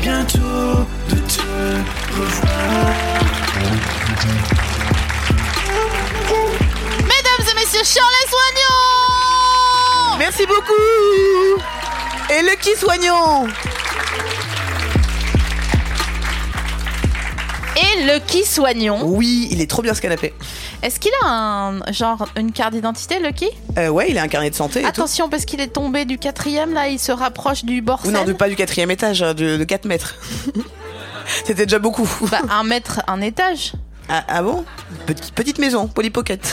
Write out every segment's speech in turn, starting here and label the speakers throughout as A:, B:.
A: bientôt de te revoir.
B: Mesdames et messieurs, Charles Soignon
C: Merci beaucoup Et le qui soignant
B: Et le qui Soignon
C: Oui, il est trop bien ce canapé.
B: Est-ce qu'il a un genre une carte d'identité, Lucky
C: Euh, ouais, il a un carnet de santé. et
B: Attention, parce qu'il est tombé du quatrième, là, il se rapproche du bord
C: tout. Ou non, de, pas du quatrième étage, hein, de, de 4 mètres. C'était déjà beaucoup.
B: Bah, un mètre, un étage.
C: Ah, ah bon Petite- Petite maison, polypocket.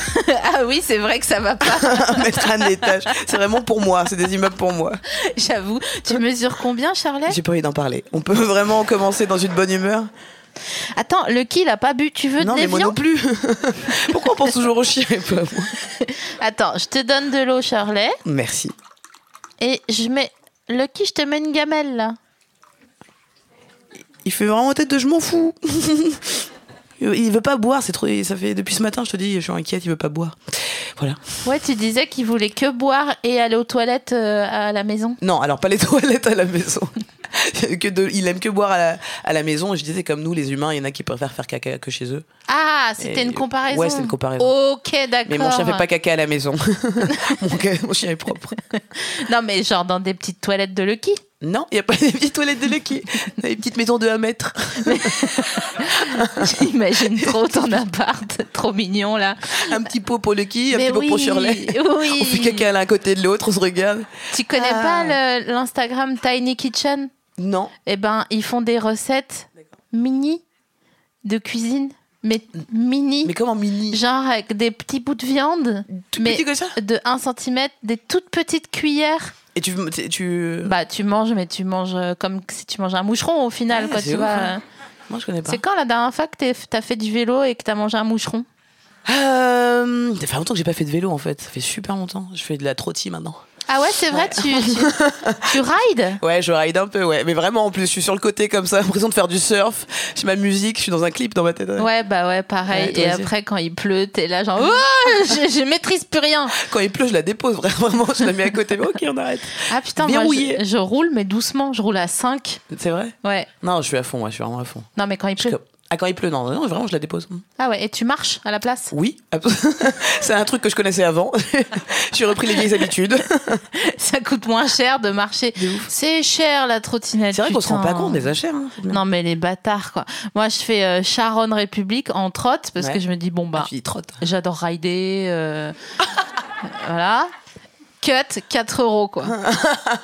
B: ah oui, c'est vrai que ça va pas,
C: un mètre, un étage. C'est vraiment pour moi, c'est des immeubles pour moi.
B: j'avoue. Tu mesures combien, Charlet
C: J'ai pas envie d'en parler. On peut vraiment commencer dans une bonne humeur
B: Attends, Lucky, il a pas bu. Tu veux
C: Non,
B: de
C: mais moi non
B: l'évian
C: plus. Pourquoi on pense toujours aux chiens et pas à moi
B: Attends, je te donne de l'eau, Charlet.
C: Merci.
B: Et je mets. Lucky, je te mets une gamelle, là.
C: Il fait vraiment tête de je m'en fous. il veut pas boire, c'est trop. Ça fait depuis ce matin, je te dis, je suis inquiète, il veut pas boire. Voilà.
B: Ouais, tu disais qu'il voulait que boire et aller aux toilettes euh, à la maison.
C: Non, alors pas les toilettes à la maison. que de, il aime que boire à la, à la maison. Et je disais, comme nous, les humains, il y en a qui préfèrent faire caca que chez eux.
B: Ah, c'était
C: Et-
B: une comparaison.
C: Ouais, c'est une comparaison.
B: Ok, d'accord.
C: Mais mon chien fait pas caca à la maison. mon, ca- mon chien est propre.
B: Non, mais genre dans des petites toilettes de Lucky.
C: Non, il n'y a pas des petites toilettes de Lucky. On a des petites maisons de 1 mètre.
B: J'imagine trop ton appart, trop mignon là.
C: Un petit pot pour Lucky, un
B: Mais
C: petit pot pour
B: oui,
C: Shirley.
B: oui.
C: On fait caca l'un à côté de l'autre, on se regarde.
B: Tu connais
C: Ah.
B: pas le- l'Instagram Tiny Kitchen
C: Non.
B: Eh ben, ils font des recettes mini de cuisine, mais mini,
C: Mais comment mini
B: genre avec des petits bouts de viande,
C: Tout
B: mais
C: petit comme ça
B: de 1 cm, des toutes petites cuillères.
C: Et tu. tu- tu...
B: Bah, tu manges, mais tu manges euh, comme si tu mangeais un moucheron au final,
C: Ouais,
B: quoi,
C: c'est
B: tu
C: ouf,
B: vois.
C: hein. Moi, je connais pas.
B: C'est quand la dernière fois que t'es- t'as fait du vélo et que t'as mangé un moucheron
C: Euh, ça fait longtemps que j'ai pas fait de vélo en fait. Ça fait super longtemps. Je fais de la trottie maintenant.
B: Ah ouais, c'est vrai, tu, tu, tu rides
C: Ouais, je ride un peu, ouais. Mais vraiment, en plus, je suis sur le côté comme ça, j'ai l'impression de faire du surf. J'ai ma musique, je suis dans un clip dans ma tête. ouais.
B: Ouais, bah ouais, pareil.
C: Ouais, toi
B: et
C: aussi.
B: après, quand il pleut, t'es là, genre, oh, je, je maîtrise plus rien.
C: Quand il pleut, je la dépose, vraiment, je la mets à côté. ok, on arrête.
B: Ah putain,
C: Bien
B: moi,
C: mouillé.
B: je, je roule, mais doucement, je roule à 5.
C: C'est vrai
B: Ouais.
C: Non, je suis à fond, ouais, je suis vraiment à fond.
B: Non, mais quand il
C: Je-
B: pleut.
C: Ah, quand il pleut, non, non, vraiment, je la dépose.
B: Ah ouais, et tu marches à la place
C: Oui, c'est un truc que je connaissais avant. J'ai repris les vieilles habitudes.
B: Ça coûte moins cher de marcher. C'est cher la trottinette.
C: C'est vrai qu'on se rend pas
B: putain.
C: compte des achats. hein.
B: Non, mais les bâtards, quoi. Moi, je fais euh, Charonne République en trotte parce
C: Ouais.
B: que je me dis, bon, bah,
C: Ah, puis il trotte.
B: J'adore rider. euh, voilà. Cut, 4 euros, quoi.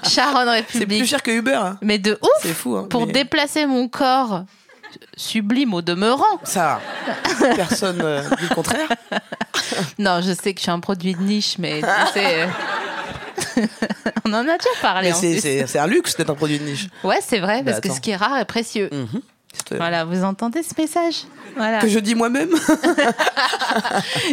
B: Charonne
C: C'est
B: République.
C: plus cher que Uber. hein.
B: Mais de
C: C'est
B: ouf
C: fou. hein,
B: Pour
C: mais-
B: déplacer mon corps sublime au demeurant.
C: Ça, personne euh, dit le contraire.
B: Non, je sais que je suis un produit de niche, mais tu sais... euh, On en a déjà parlé.
C: Mais
B: en
C: c'est-
B: plus.
C: c'est c'est un luxe d'être un produit de niche.
B: Ouais, c'est vrai,
C: Bah,
B: parce que
C: attends.
B: ce qui est rare est précieux.
C: C'est-
B: Voilà, vous entendez ce message Voilà.
C: Que je dis moi-même.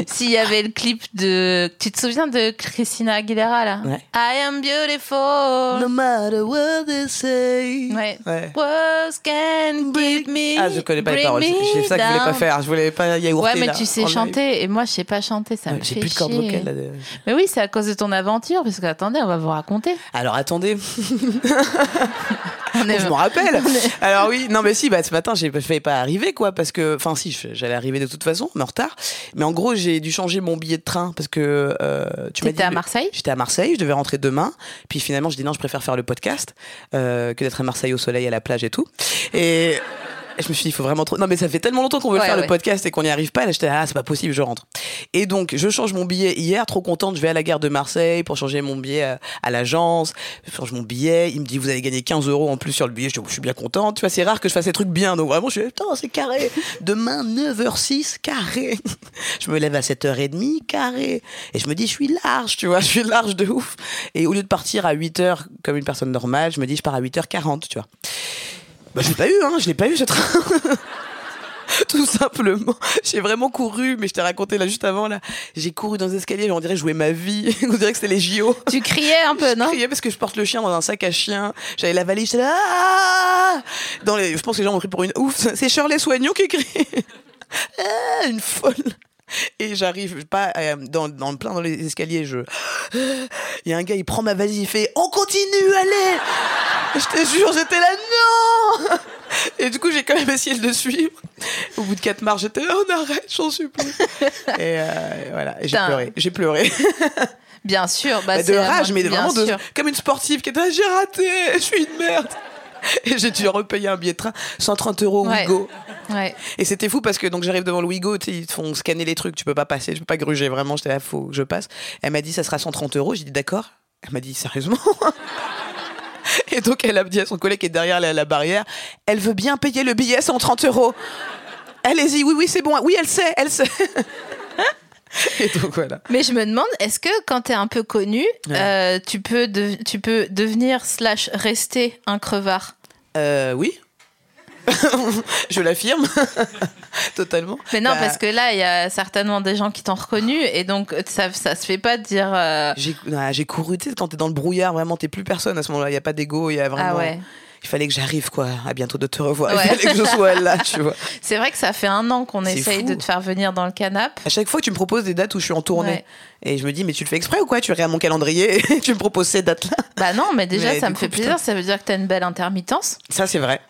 B: S'il y avait le clip de. Tu te souviens de Christina Aguilera là
C: Ouais.
B: I am beautiful.
C: matter what they say.
B: Oh. Ouais. Words can give me.
C: Ah, je connais pas les
B: bring
C: paroles.
B: me
C: C'est ça que je voulais pas
B: down.
C: faire. Je voulais pas yaourter.
B: Ouais, mais
C: là,
B: tu
C: en
B: sais
C: live.
B: chanter et moi je sais pas chanter, ça
C: Ouais,
B: me
C: J'ai
B: fait
C: plus de corde
B: chier.
C: vocale là. de-
B: Mais oui, c'est à cause de ton aventure, parce que attendez, on va vous raconter.
C: Alors attendez,
B: On est-
C: Ah, je m'en rappelle. Alors oui, non mais si, bah ce matin, j'ai- je vais pas arriver quoi, parce que, enfin si, je- j'allais arriver de toute façon, mais en retard. Mais en gros, j'ai dû changer mon billet de train parce que euh, tu m'as dit-
B: T'étais à Marseille
C: J'étais à Marseille, je devais rentrer demain. Puis finalement, je dis non, je préfère faire le podcast euh, que d'être à Marseille au soleil, à la plage et tout. Et Et je me suis dit, il faut vraiment trop. Non, mais ça fait tellement longtemps qu'on veut
B: Ouais,
C: faire le
B: ouais.
C: podcast et qu'on n'y arrive pas. Là, j'étais, ah, c'est pas possible, je rentre. Et donc, je change mon billet hier, trop contente. Je vais à la gare de Marseille pour changer mon billet à, à l'agence. Je change mon billet. Il me dit, vous allez gagner 15 euros en plus sur le billet. Je dis, oh, je suis bien contente. Tu vois, c'est rare que je fasse des trucs bien. Donc, vraiment, je suis, putain, c'est carré. Demain, 9h06, carré. Je me lève à 7h30, carré. Et je me dis, je suis large, tu vois, je suis large de ouf. Et au lieu de partir à 8h comme une personne normale, je me dis, je pars à 8h40, tu vois. Bah, je l'ai pas eu, hein, je l'ai pas eu ce train. Tout simplement. J'ai vraiment couru, mais je t'ai raconté là juste avant, là. J'ai couru dans les escaliers, on dirait jouer ma vie. on dirait que c'était les JO.
B: Tu criais un peu,
C: Je
B: non
C: criais parce que je porte le chien dans un sac à chien. J'avais la valise, j'étais là. Ah Dans les... Je pense que les gens m'ont pris pour une ouf. C'est Shirley Soignant qui crie. Ah, une folle. Et j'arrive pas euh, dans, dans plein dans les escaliers. Je, ah, il y a un gars, il prend ma valise, il fait on continue, allez. Je te jure, j'étais là non. Et du coup, j'ai quand même essayé de le suivre. Au bout de quatre marches, j'étais là, on arrête, j'en suis plus. Et euh, voilà, Et j'ai
B: Putain.
C: pleuré, j'ai pleuré.
B: Bien sûr. Bah,
C: Bah,
B: c'est
C: de
B: la
C: rage,
B: moindre-
C: mais
B: bien
C: vraiment de-
B: sûr.
C: comme une sportive qui était là, j'ai raté, je suis une merde. Et j'ai dû repayer un billet de train, 130 euros au
B: Ouais.
C: Ouigo.
B: Ouais.
C: Et c'était fou parce que donc j'arrive devant le Ouigo, tu sais, ils te font scanner les trucs, tu peux pas passer, je peux pas gruger, vraiment, j'étais là, faut que je passe. Elle m'a dit, ça sera 130 euros, j'ai dit d'accord. Elle m'a dit, sérieusement Et donc elle a dit à son collègue qui est derrière la, la barrière, elle veut bien payer le billet 130 euros. Allez-y, oui, oui, c'est bon, oui, elle sait, elle sait. Et donc voilà.
B: Mais je me demande, est-ce que quand t'es un peu connu, euh, tu, peux de- tu peux devenir slash rester un crevard
C: Euh, oui. je l'affirme. Totalement.
B: Mais non,
C: Bah,
B: parce que là, il y a certainement des gens qui t'ont reconnu et donc ça, ça se fait pas de dire. euh,
C: J'ai ah, j'ai couru, tu sais, quand t'es dans le brouillard, vraiment, t'es plus personne à ce moment-là. Il n'y a pas d'ego, il y a vraiment.
B: Ah ouais.
C: Il fallait que j'arrive, quoi. À bientôt de te revoir.
B: Ouais.
C: Il fallait que je sois là, tu vois.
B: C'est vrai que ça fait un an qu'on
C: C'est
B: essaye
C: fou.
B: de te faire venir dans le canap.
C: À chaque fois, tu me proposes des dates où je suis en tournée.
B: Ouais.
C: Et je me dis, mais tu le fais exprès ou quoi Tu regardes mon calendrier et tu me proposes ces dates-là.
B: Bah non, mais déjà,
C: Mais
B: ça
C: du
B: me
C: coup,
B: fait
C: putain.
B: plaisir. Ça veut dire que t'as une belle intermittence.
C: Ça, c'est vrai.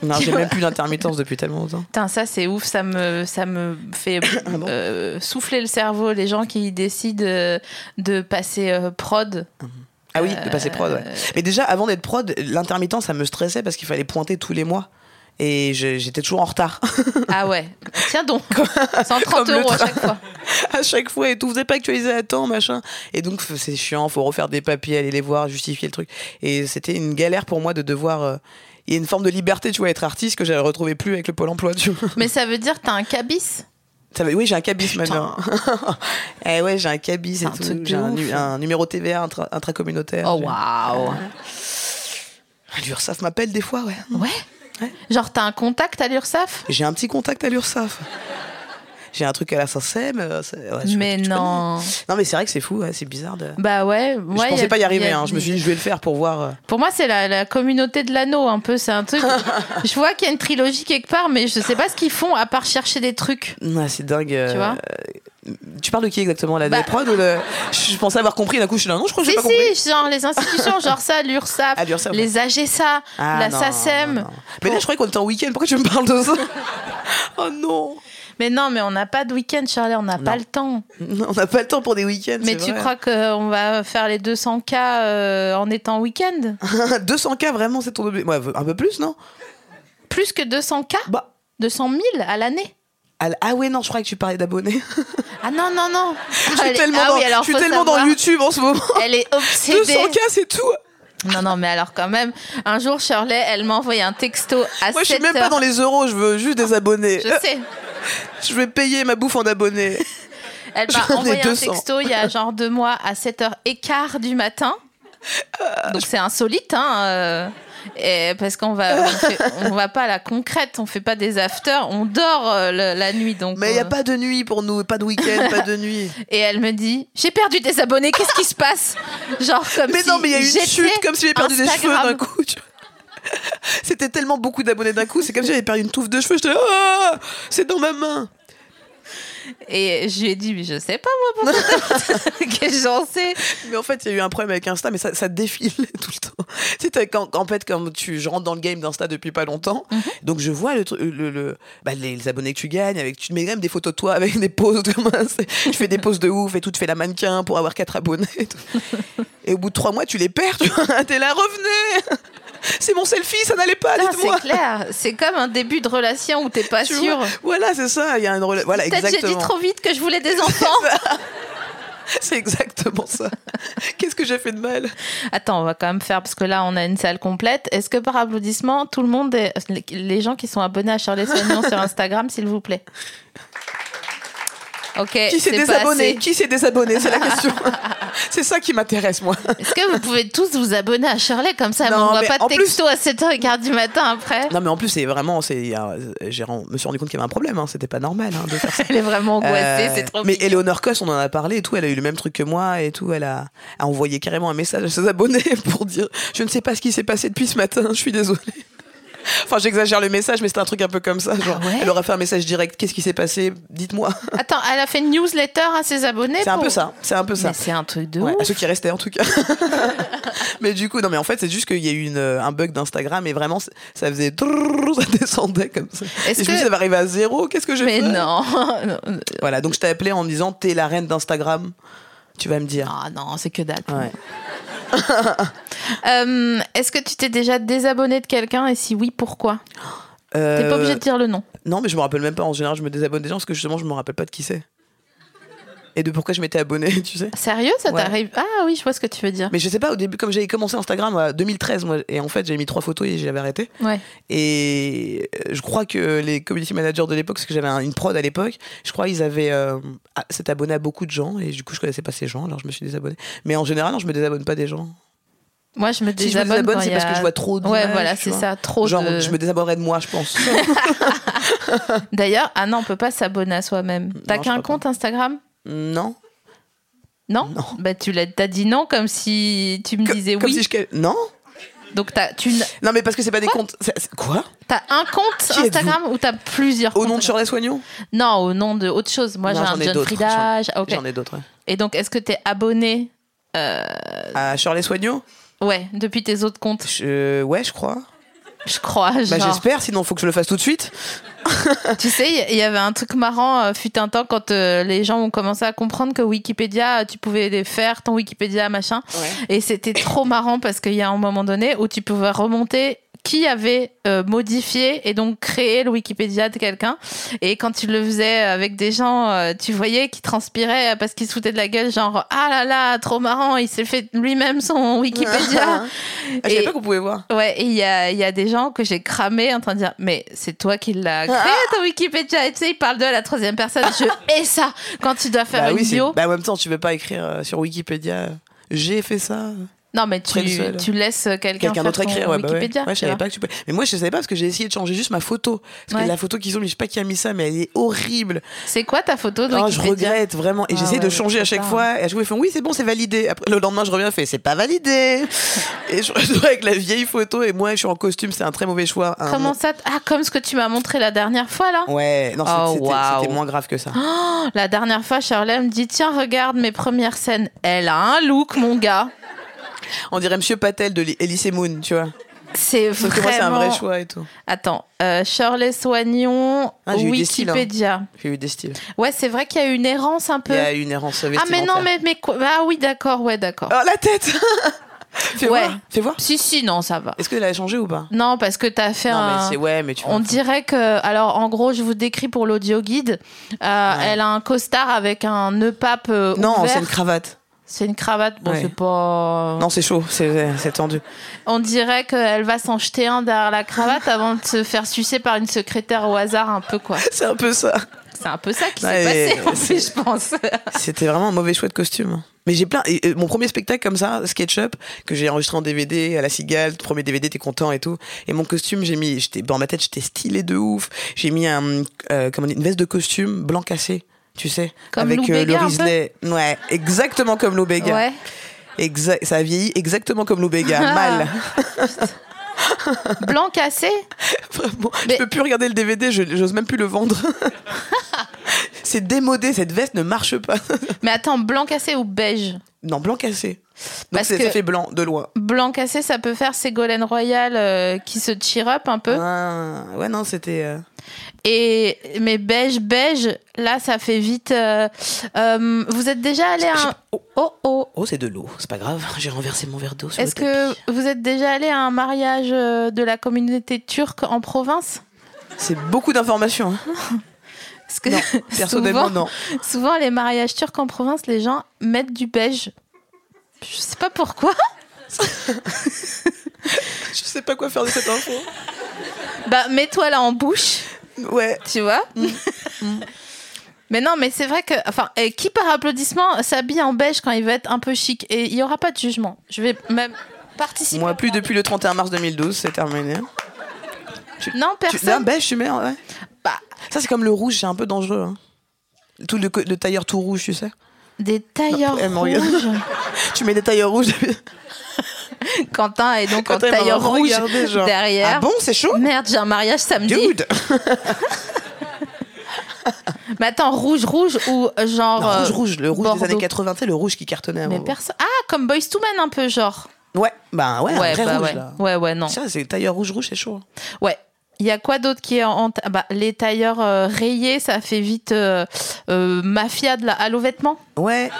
C: Non, j'ai même plus d'intermittence depuis tellement longtemps.
B: Putain, ça c'est ouf, ça me, ça me fait
C: Ah
B: euh, souffler le cerveau, les gens qui décident euh, de passer euh, prod.
C: Ah oui, de passer prod. ouais.
B: Euh,
C: Mais déjà, avant d'être prod, l'intermittent, ça me stressait parce qu'il fallait pointer tous les mois. Et je- j'étais toujours en retard.
B: Ah ouais, tiens donc, 130
C: Comme le
B: euros à
C: train.
B: chaque fois.
C: à chaque fois et tout. Vous n'avez pas actualisé à temps, machin. Et donc, f- c'est chiant, faut refaire des papiers, aller les voir, justifier le truc. Et c'était une galère pour moi de devoir. euh, Il y a une forme de liberté, tu vois, être artiste que j'avais retrouvé plus avec le Pôle emploi, tu vois.
B: Mais ça veut dire que t'as un cabis
C: Ça va- oui, j'ai un cabis maintenant. eh ouais, j'ai un cabis et
B: un
C: tout.
B: truc de
C: J'ai un,
B: ouf.
C: nu- un numéro TVA intra- intracommunautaire.
B: Oh
C: J'ai-
B: waouh
C: L'URSSAF m'appelle des fois, ouais.
B: Ouais Genre t'as un contact à l'URSSAF
C: J'ai un petit contact à l'URSSAF. J'ai un truc à la SACEM. euh, c'est- ouais, je-
B: Mais
C: tu connais.
B: non
C: Non, mais c'est vrai que c'est fou, ouais, c'est bizarre. De...
B: Bah ouais, ouais,
C: je
B: y
C: pensais
B: a-
C: pas y arriver.
B: y a-
C: hein. Je me suis dit, je vais le faire pour voir. euh,
B: Pour moi, c'est la, la communauté de l'anneau, un peu. C'est un truc. je vois qu'il y a une trilogie quelque part, mais je sais pas ce qu'ils font à part chercher des trucs.
C: Ouais, c'est dingue. euh,
B: vois
C: euh, tu parles de qui exactement là
B: Bah-
C: Des prods ou le... Je pensais avoir compris d'un coup, je suis là. Non, je crois que
B: Si,
C: Oh, j'ai pas compris.
B: si, genre les institutions, genre ça, l'URSSAF,
C: Ah, l'URSSAF,
B: les AGSA,
C: Ah,
B: la
C: non,
B: SACEM.
C: non, non. Mais là, je croyais qu'on était en week-end. Pourquoi tu me parles de ça Oh non
B: Mais non, mais on n'a pas de week-end, Charlie, on n'a pas le temps.
C: Non, On n'a pas le temps pour des week-ends.
B: Mais
C: c'est
B: tu
C: vrai.
B: crois qu'on va faire les 200 k euh, en étant week-end
C: 200K, vraiment, c'est ton objet Ouais, Un peu plus, non
B: Plus que 200 k
C: Bah.
B: 200 000 à l'année
C: Ah ah ouais, non, je croyais que tu parlais d'abonnés.
B: Ah non, non, non
C: je suis tellement,
B: ah
C: dans, je suis tellement dans YouTube en ce moment.
B: Elle est obsédée.
C: 200K, c'est tout.
B: Non, non, mais alors quand même, un jour, Shirley, elle m'a envoyé un texto à
C: Moi, je
B: 7
C: suis même pas
B: heures.
C: dans les euros. Je veux juste des abonnés.
B: Je
C: Euh,
B: sais.
C: je vais payer ma bouffe en abonnés.
B: Elle
C: J'en
B: m'a
C: ai
B: envoyé un
C: 200.
B: texto il y a genre deux mois à 7h15 du matin.
C: Euh,
B: Donc c'est insolite, hein euh, et parce qu'on va, on, fait- on va pas à la concrète, on fait pas des afters, on dort euh, le- la nuit. Donc,
C: Mais il n'y a
B: euh,
C: pas de nuit pour nous. Pas de week-end, pas de nuit.
B: Et elle me dit J'ai perdu des abonnés, qu'est-ce qui se passe Genre comme
C: Mais
B: si
C: non, mais il y a eu une
B: j'étais
C: chute, comme si j'avais perdu des cheveux
B: Instagram.
C: d'un coup. tu vois. C'était tellement beaucoup d'abonnés d'un coup, c'est comme si j'avais perdu une touffe de cheveux. J'étais, Ah c'est dans ma main.
B: Et je lui ai dit Mais je sais pas moi pourquoi. que j'en sais.
C: Mais en fait, il y a eu un problème avec Insta, mais ça, ça défile tout le temps. Tu sais, t'as- quand, en fait, quand tu, je rentre dans le game d'Insta depuis pas longtemps,
B: Mhm.
C: donc je vois le, tru- le, le- bah, les, les abonnés que tu gagnes, avec, tu te mets même des photos de toi avec des poses. Comme ça. je fais des poses de ouf et tout, tu fais la mannequin pour avoir quatre abonnés. Et, tout. Et au bout de trois mois, tu les perds, tu vois. T'es là, revenez C'est mon selfie, ça n'allait pas,
B: Putain,
C: dites-moi.
B: Ah, c'est clair. C'est comme un début de relation où t'es pas
C: Tu
B: sûr.
C: vois, Voilà, c'est ça. Il y a une rela- Voilà,
B: Peut-être j'ai
C: exactement.
B: dit trop vite que je voulais des enfants.
C: C'est exactement ça. Qu'est-ce que j'ai fait de mal
B: Attends, on va quand même faire parce que là on a une salle complète. Est-ce que par applaudissement, tout le monde, est- les gens qui sont abonnés à Charlie Soignon sur Instagram, s'il vous plaît. Ok.
C: Qui s'est
B: Eh, c'est pas
C: désabonné
B: assez.
C: Qui s'est désabonné C'est la question. c'est ça qui m'intéresse, moi.
B: Est-ce que vous pouvez tous vous abonner à Shirley comme ça
C: Non,
B: On va
C: mais
B: pas
C: en
B: de texto à 7h15 du matin après.
C: Non, mais en plus, c'est vraiment. c'est- il y a- J'ai je me suis rendu compte qu'il y avait un problème. hein. C'était pas normal hein, de faire ça.
B: Elle est vraiment angoissée,
C: Euh,
B: c'est trop
C: mais
B: mignon.
C: Eleonore Cos, on en a parlé et tout, elle a eu le même truc que moi et tout, elle a, a envoyé carrément un message à ses abonnés pour dire je ne sais pas ce qui s'est passé depuis ce matin, je suis désolée. Enfin, j'exagère le message, mais c'est un truc un peu comme ça. Genre,
B: Ah ouais
C: elle aurait fait un message direct. Qu'est-ce qui s'est passé Dites-moi.
B: Attends, elle a fait une newsletter à ses abonnés
C: C'est un
B: pour-
C: peu ça. C'est un peu ça.
B: Mais c'est un truc de
C: Ouais, à
B: ouf.
C: ceux qui restaient en tout cas. mais du coup, non, mais en fait, c'est juste qu'il y a eu une, euh, un bug d'Instagram et vraiment, c'est- ça faisait. trrrr, Ça descendait comme ça. Et je
B: Est-ce
C: me suis
B: que-
C: dit, ça va arriver à zéro, qu'est-ce que je
B: Mais
C: fais
B: non.
C: Voilà, donc je t'ai appelé en me disant, t'es la reine d'Instagram. Tu vas me dire.
B: Ah non, c'est que dalle.
C: Ouais.
B: Euh, Est-ce que tu t'es déjà désabonné de quelqu'un et si oui, pourquoi T'es
C: Euh,
B: pas obligé de dire le nom.
C: Non, mais je me rappelle même pas. En général, je me désabonne des gens parce que justement, je me rappelle pas de qui c'est. Et de pourquoi je m'étais abonné, tu sais.
B: Sérieux, ça
C: Ouais.
B: t'arrive Ah oui, je vois ce que tu veux dire.
C: Mais je sais pas, au début, comme j'avais commencé Instagram en 2013, moi, et en fait, j'avais mis trois photos et j'avais arrêté.
B: Ouais.
C: Et euh, je crois que les community managers de l'époque, parce que j'avais un- une prod à l'époque, je crois qu'ils avaient. euh, ah, s'étaient abonnés à beaucoup de gens, et du coup, je connaissais pas ces gens, alors je me suis désabonné. Mais en général, non, je me désabonne pas des gens.
B: Moi, je me
C: Si je me
B: désabonne.
C: désabonne,
B: quand
C: c'est
B: il y
C: parce
B: a-
C: que je vois trop de.
B: Ouais,
C: images,
B: voilà,
C: tu
B: c'est
C: vois.
B: ça, trop
C: Genre,
B: de.
C: je me désabonnerais de moi, je pense.
B: D'ailleurs, ah non, on peut pas s'abonner à soi-même. T'as
C: je
B: qu'un
C: crois pas.
B: compte Instagram
C: non.
B: Non,
C: Non.
B: Bah tu l'as, t'as dit non comme si tu me
C: Co-
B: disais
C: comme
B: oui.
C: si je cal- Non
B: Donc t'as, tu n-
C: Non, mais parce que c'est pas des comptes. c'est- c'est- Quoi
B: t'as un compte
C: êtes-vous
B: Instagram ou t'as plusieurs
C: Au nom de
B: comptes
C: Shirley Soignon
B: Non, au nom de autre chose. Moi, j'ai
C: Non,
B: un
C: j'en ai
B: John
C: d'autres,
B: Frida. j'ai- ah, ok.
C: J'en ai d'autres. ouais.
B: Et donc, est-ce que t'es abonné
C: À Shirley Soignon
B: Ouais, depuis tes autres comptes,
C: Je- Ouais, je crois.
B: je crois.
C: Bah,
B: genre.
C: j'espère, sinon, faut que je le fasse tout de suite.
B: Tu sais, il y- il y avait un truc marrant, euh, fut un temps, quand euh, les gens ont commencé à comprendre que Wikipédia, euh, tu pouvais les faire ton Wikipédia, machin. Et c'était trop marrant parce qu'il y a un moment donné où tu pouvais remonter qui avait euh, modifié et donc créé le Wikipédia de quelqu'un. Et quand tu le faisais avec des gens, euh, tu voyais qu'ils transpiraient euh, parce qu'ils se foutaient de la gueule, genre « Ah là là, trop marrant, il s'est fait lui-même son Wikipédia !»
C: Ah, je savais pas qu'on pouvait voir.
B: Ouais, et il y a, il y a des gens que j'ai cramé en train de dire Mais c'est toi qui l'as
C: Ah.
B: créé ton Wikipédia. Et tu sais, ils parlent de la troisième personne. Je hais ça quand tu dois faire
C: Bah
B: une
C: oui, c'est-
B: bio.
C: bah, en même temps, tu veux pas écrire euh, sur Wikipédia. euh, J'ai fait ça.
B: Non, mais tu,
C: Très le seul.
B: tu laisses quelqu'un
C: Quelqu'un
B: faire
C: d'autre
B: ton
C: écrire. Ouais, bah ouais.
B: Wikipédia.
C: Ouais, je
B: tu
C: savais
B: vois.
C: pas que tu peux. Mais moi, je savais pas parce que j'ai essayé de changer juste ma photo. Parce
B: Ouais.
C: que la photo qu'ils ont, je sais pas qui a mis ça, mais elle est horrible.
B: C'est quoi ta photo de
C: Non, Oh, je
B: Wikipédia
C: regrette vraiment. Et
B: Ah
C: j'essaie
B: ouais,
C: de changer
B: je
C: à chaque
B: sais
C: fois. Et à chaque fois, ils font oui, c'est bon, c'est validé. Après, le lendemain, je reviens, je fais c'est pas validé. et je reviens avec la vieille photo. Et moi, je suis en costume, c'est un très mauvais choix. Un-
B: Comment ça t- Ah, comme ce que tu m'as montré la dernière fois, là
C: Ouais, non, c'est-
B: Oh,
C: c'était
B: waouh.
C: c'était moins grave que ça.
B: La dernière fois, Charlotte me dit Tiens, regarde mes premières scènes. Elle a un look, mon gars.
C: On dirait Monsieur Patel de Elise Moon, tu vois.
B: C'est
C: Sauf que moi, c'est un
B: vraiment.
C: vrai choix et tout.
B: Attends, euh, Shirley Soignon,
C: Ah, j'ai eu des styles, hein.
B: Wikipédia.
C: J'ai eu des styles.
B: Ouais, c'est vrai qu'il y a eu une errance un peu.
C: Il y a une errance
B: Ah
C: vestimentaire.
B: mais non mais mais quoi Ah oui d'accord ouais d'accord.
C: Oh, la tête Fais
B: Ouais.
C: voir. Fais voir.
B: Si si non ça va.
C: Est-ce qu'elle a changé ou pas
B: Non parce que t'as fait
C: Non, mais
B: un.
C: c'est ouais, mais tu vois.
B: On dirait que alors en gros je vous décris pour l'audio guide. euh,
C: Ouais.
B: Elle a un costard avec un nœud pape euh,
C: Non,
B: ouvert.
C: c'est une cravate.
B: C'est une cravate. Bon
C: Ouais.
B: c'est pas.
C: Non, c'est chaud, c'est c'est tendu.
B: On dirait qu'elle va s'en jeter un derrière la cravate avant de se faire sucer par une secrétaire au hasard un peu quoi.
C: C'est un peu ça.
B: C'est un peu ça qui
C: Ouais,
B: s'est passé en
C: c'est-
B: plus je pense.
C: C'était vraiment un mauvais choix de costume. Mais j'ai plein. et, euh, mon premier spectacle comme ça, SketchUp, que j'ai enregistré en DVD à la Cigale, le premier DVD, t'es content et tout. Et mon costume, j'ai mis. J'étais dans ma tête, j'étais stylé de ouf. J'ai mis un, euh, comment on dit, une veste de costume blanc cassé, tu sais,
B: Comme Lou
C: avec euh,
B: Béga,
C: le
B: un peu
C: Risley. Ouais, exactement comme Lou Béga.
B: Ouais.
C: Exact. Ça a vieilli exactement comme Lou Béga, mal.
B: Blanc cassé.
C: Vraiment,
B: Mais-
C: je peux plus regarder le DVD, je- j'ose même plus le vendre. C'est démodé, cette veste ne marche pas.
B: Mais attends, blanc cassé ou beige
C: non, blanc cassé. Donc
B: Parce
C: c'est- ça
B: que-
C: fait blanc, de loin.
B: Blanc cassé, ça peut faire Ségolène Royal euh, qui se cheer up un peu.
C: Ah, ouais, non, c'était. euh,
B: Et mais beige, beige, là ça fait vite. euh, euh, vous êtes déjà allé
C: Je
B: à
C: sais
B: un...
C: pas. Oh,
B: Oh oh.
C: oh, c'est de l'eau, c'est pas grave, j'ai renversé mon verre d'eau sur
B: Est-ce
C: le tapis.
B: que vous êtes déjà allé à un mariage euh, de la communauté turque en province
C: C'est beaucoup d'informations. hein.
B: Parce que
C: Non, personnellement,
B: souvent,
C: non.
B: souvent les mariages turcs en province, les gens mettent du beige. Je sais pas pourquoi.
C: Je sais pas quoi faire de cette info.
B: Bah mets-toi là en bouche,
C: Ouais.
B: tu vois. Mais non, mais c'est vrai que, enfin, euh, qui par applaudissement s'habille en beige quand il veut être un peu chic et il y aura pas de jugement. Je vais même participer.
C: Moi, plus depuis le 31 mars 2012, c'est terminé.
B: Non,
C: Tu, là,
B: personne.
C: beige, tu mets, ouais.
B: Bah,
C: Ça, c'est comme le rouge, c'est un peu dangereux. hein. Tout le, co- le tailleur tout rouge, tu sais.
B: des tailleurs
C: elle me regarde.
B: rouges.
C: Tu mets des tailleurs rouges.
B: Quentin est donc en
C: Quentin, il m'a
B: tailleur
C: vraiment
B: rouge
C: regardé, genre,
B: derrière.
C: Ah bon, c'est chaud
B: Merde, j'ai un mariage samedi.
C: Dude
B: Mais attends, rouge, rouge ou euh, genre.
C: Non, Rouge,
B: euh,
C: rouge, le rouge
B: Bordeaux.
C: des années 80, c'est le rouge qui cartonnait.
B: Mais
C: avant.
B: personne. Ah, comme Boys to Men un peu, genre.
C: Ouais, bah ouais, un vrai
B: bah
C: rouge,
B: ouais.
C: là.
B: ouais, ouais, non.
C: Ça, c'est tailleur rouge, rouge, c'est chaud. hein.
B: Ouais. Il y a quoi d'autre qui est en. ta- Bah, les tailleurs euh, rayés, ça fait vite euh, euh, mafia de la halo vêtements.
C: Ouais.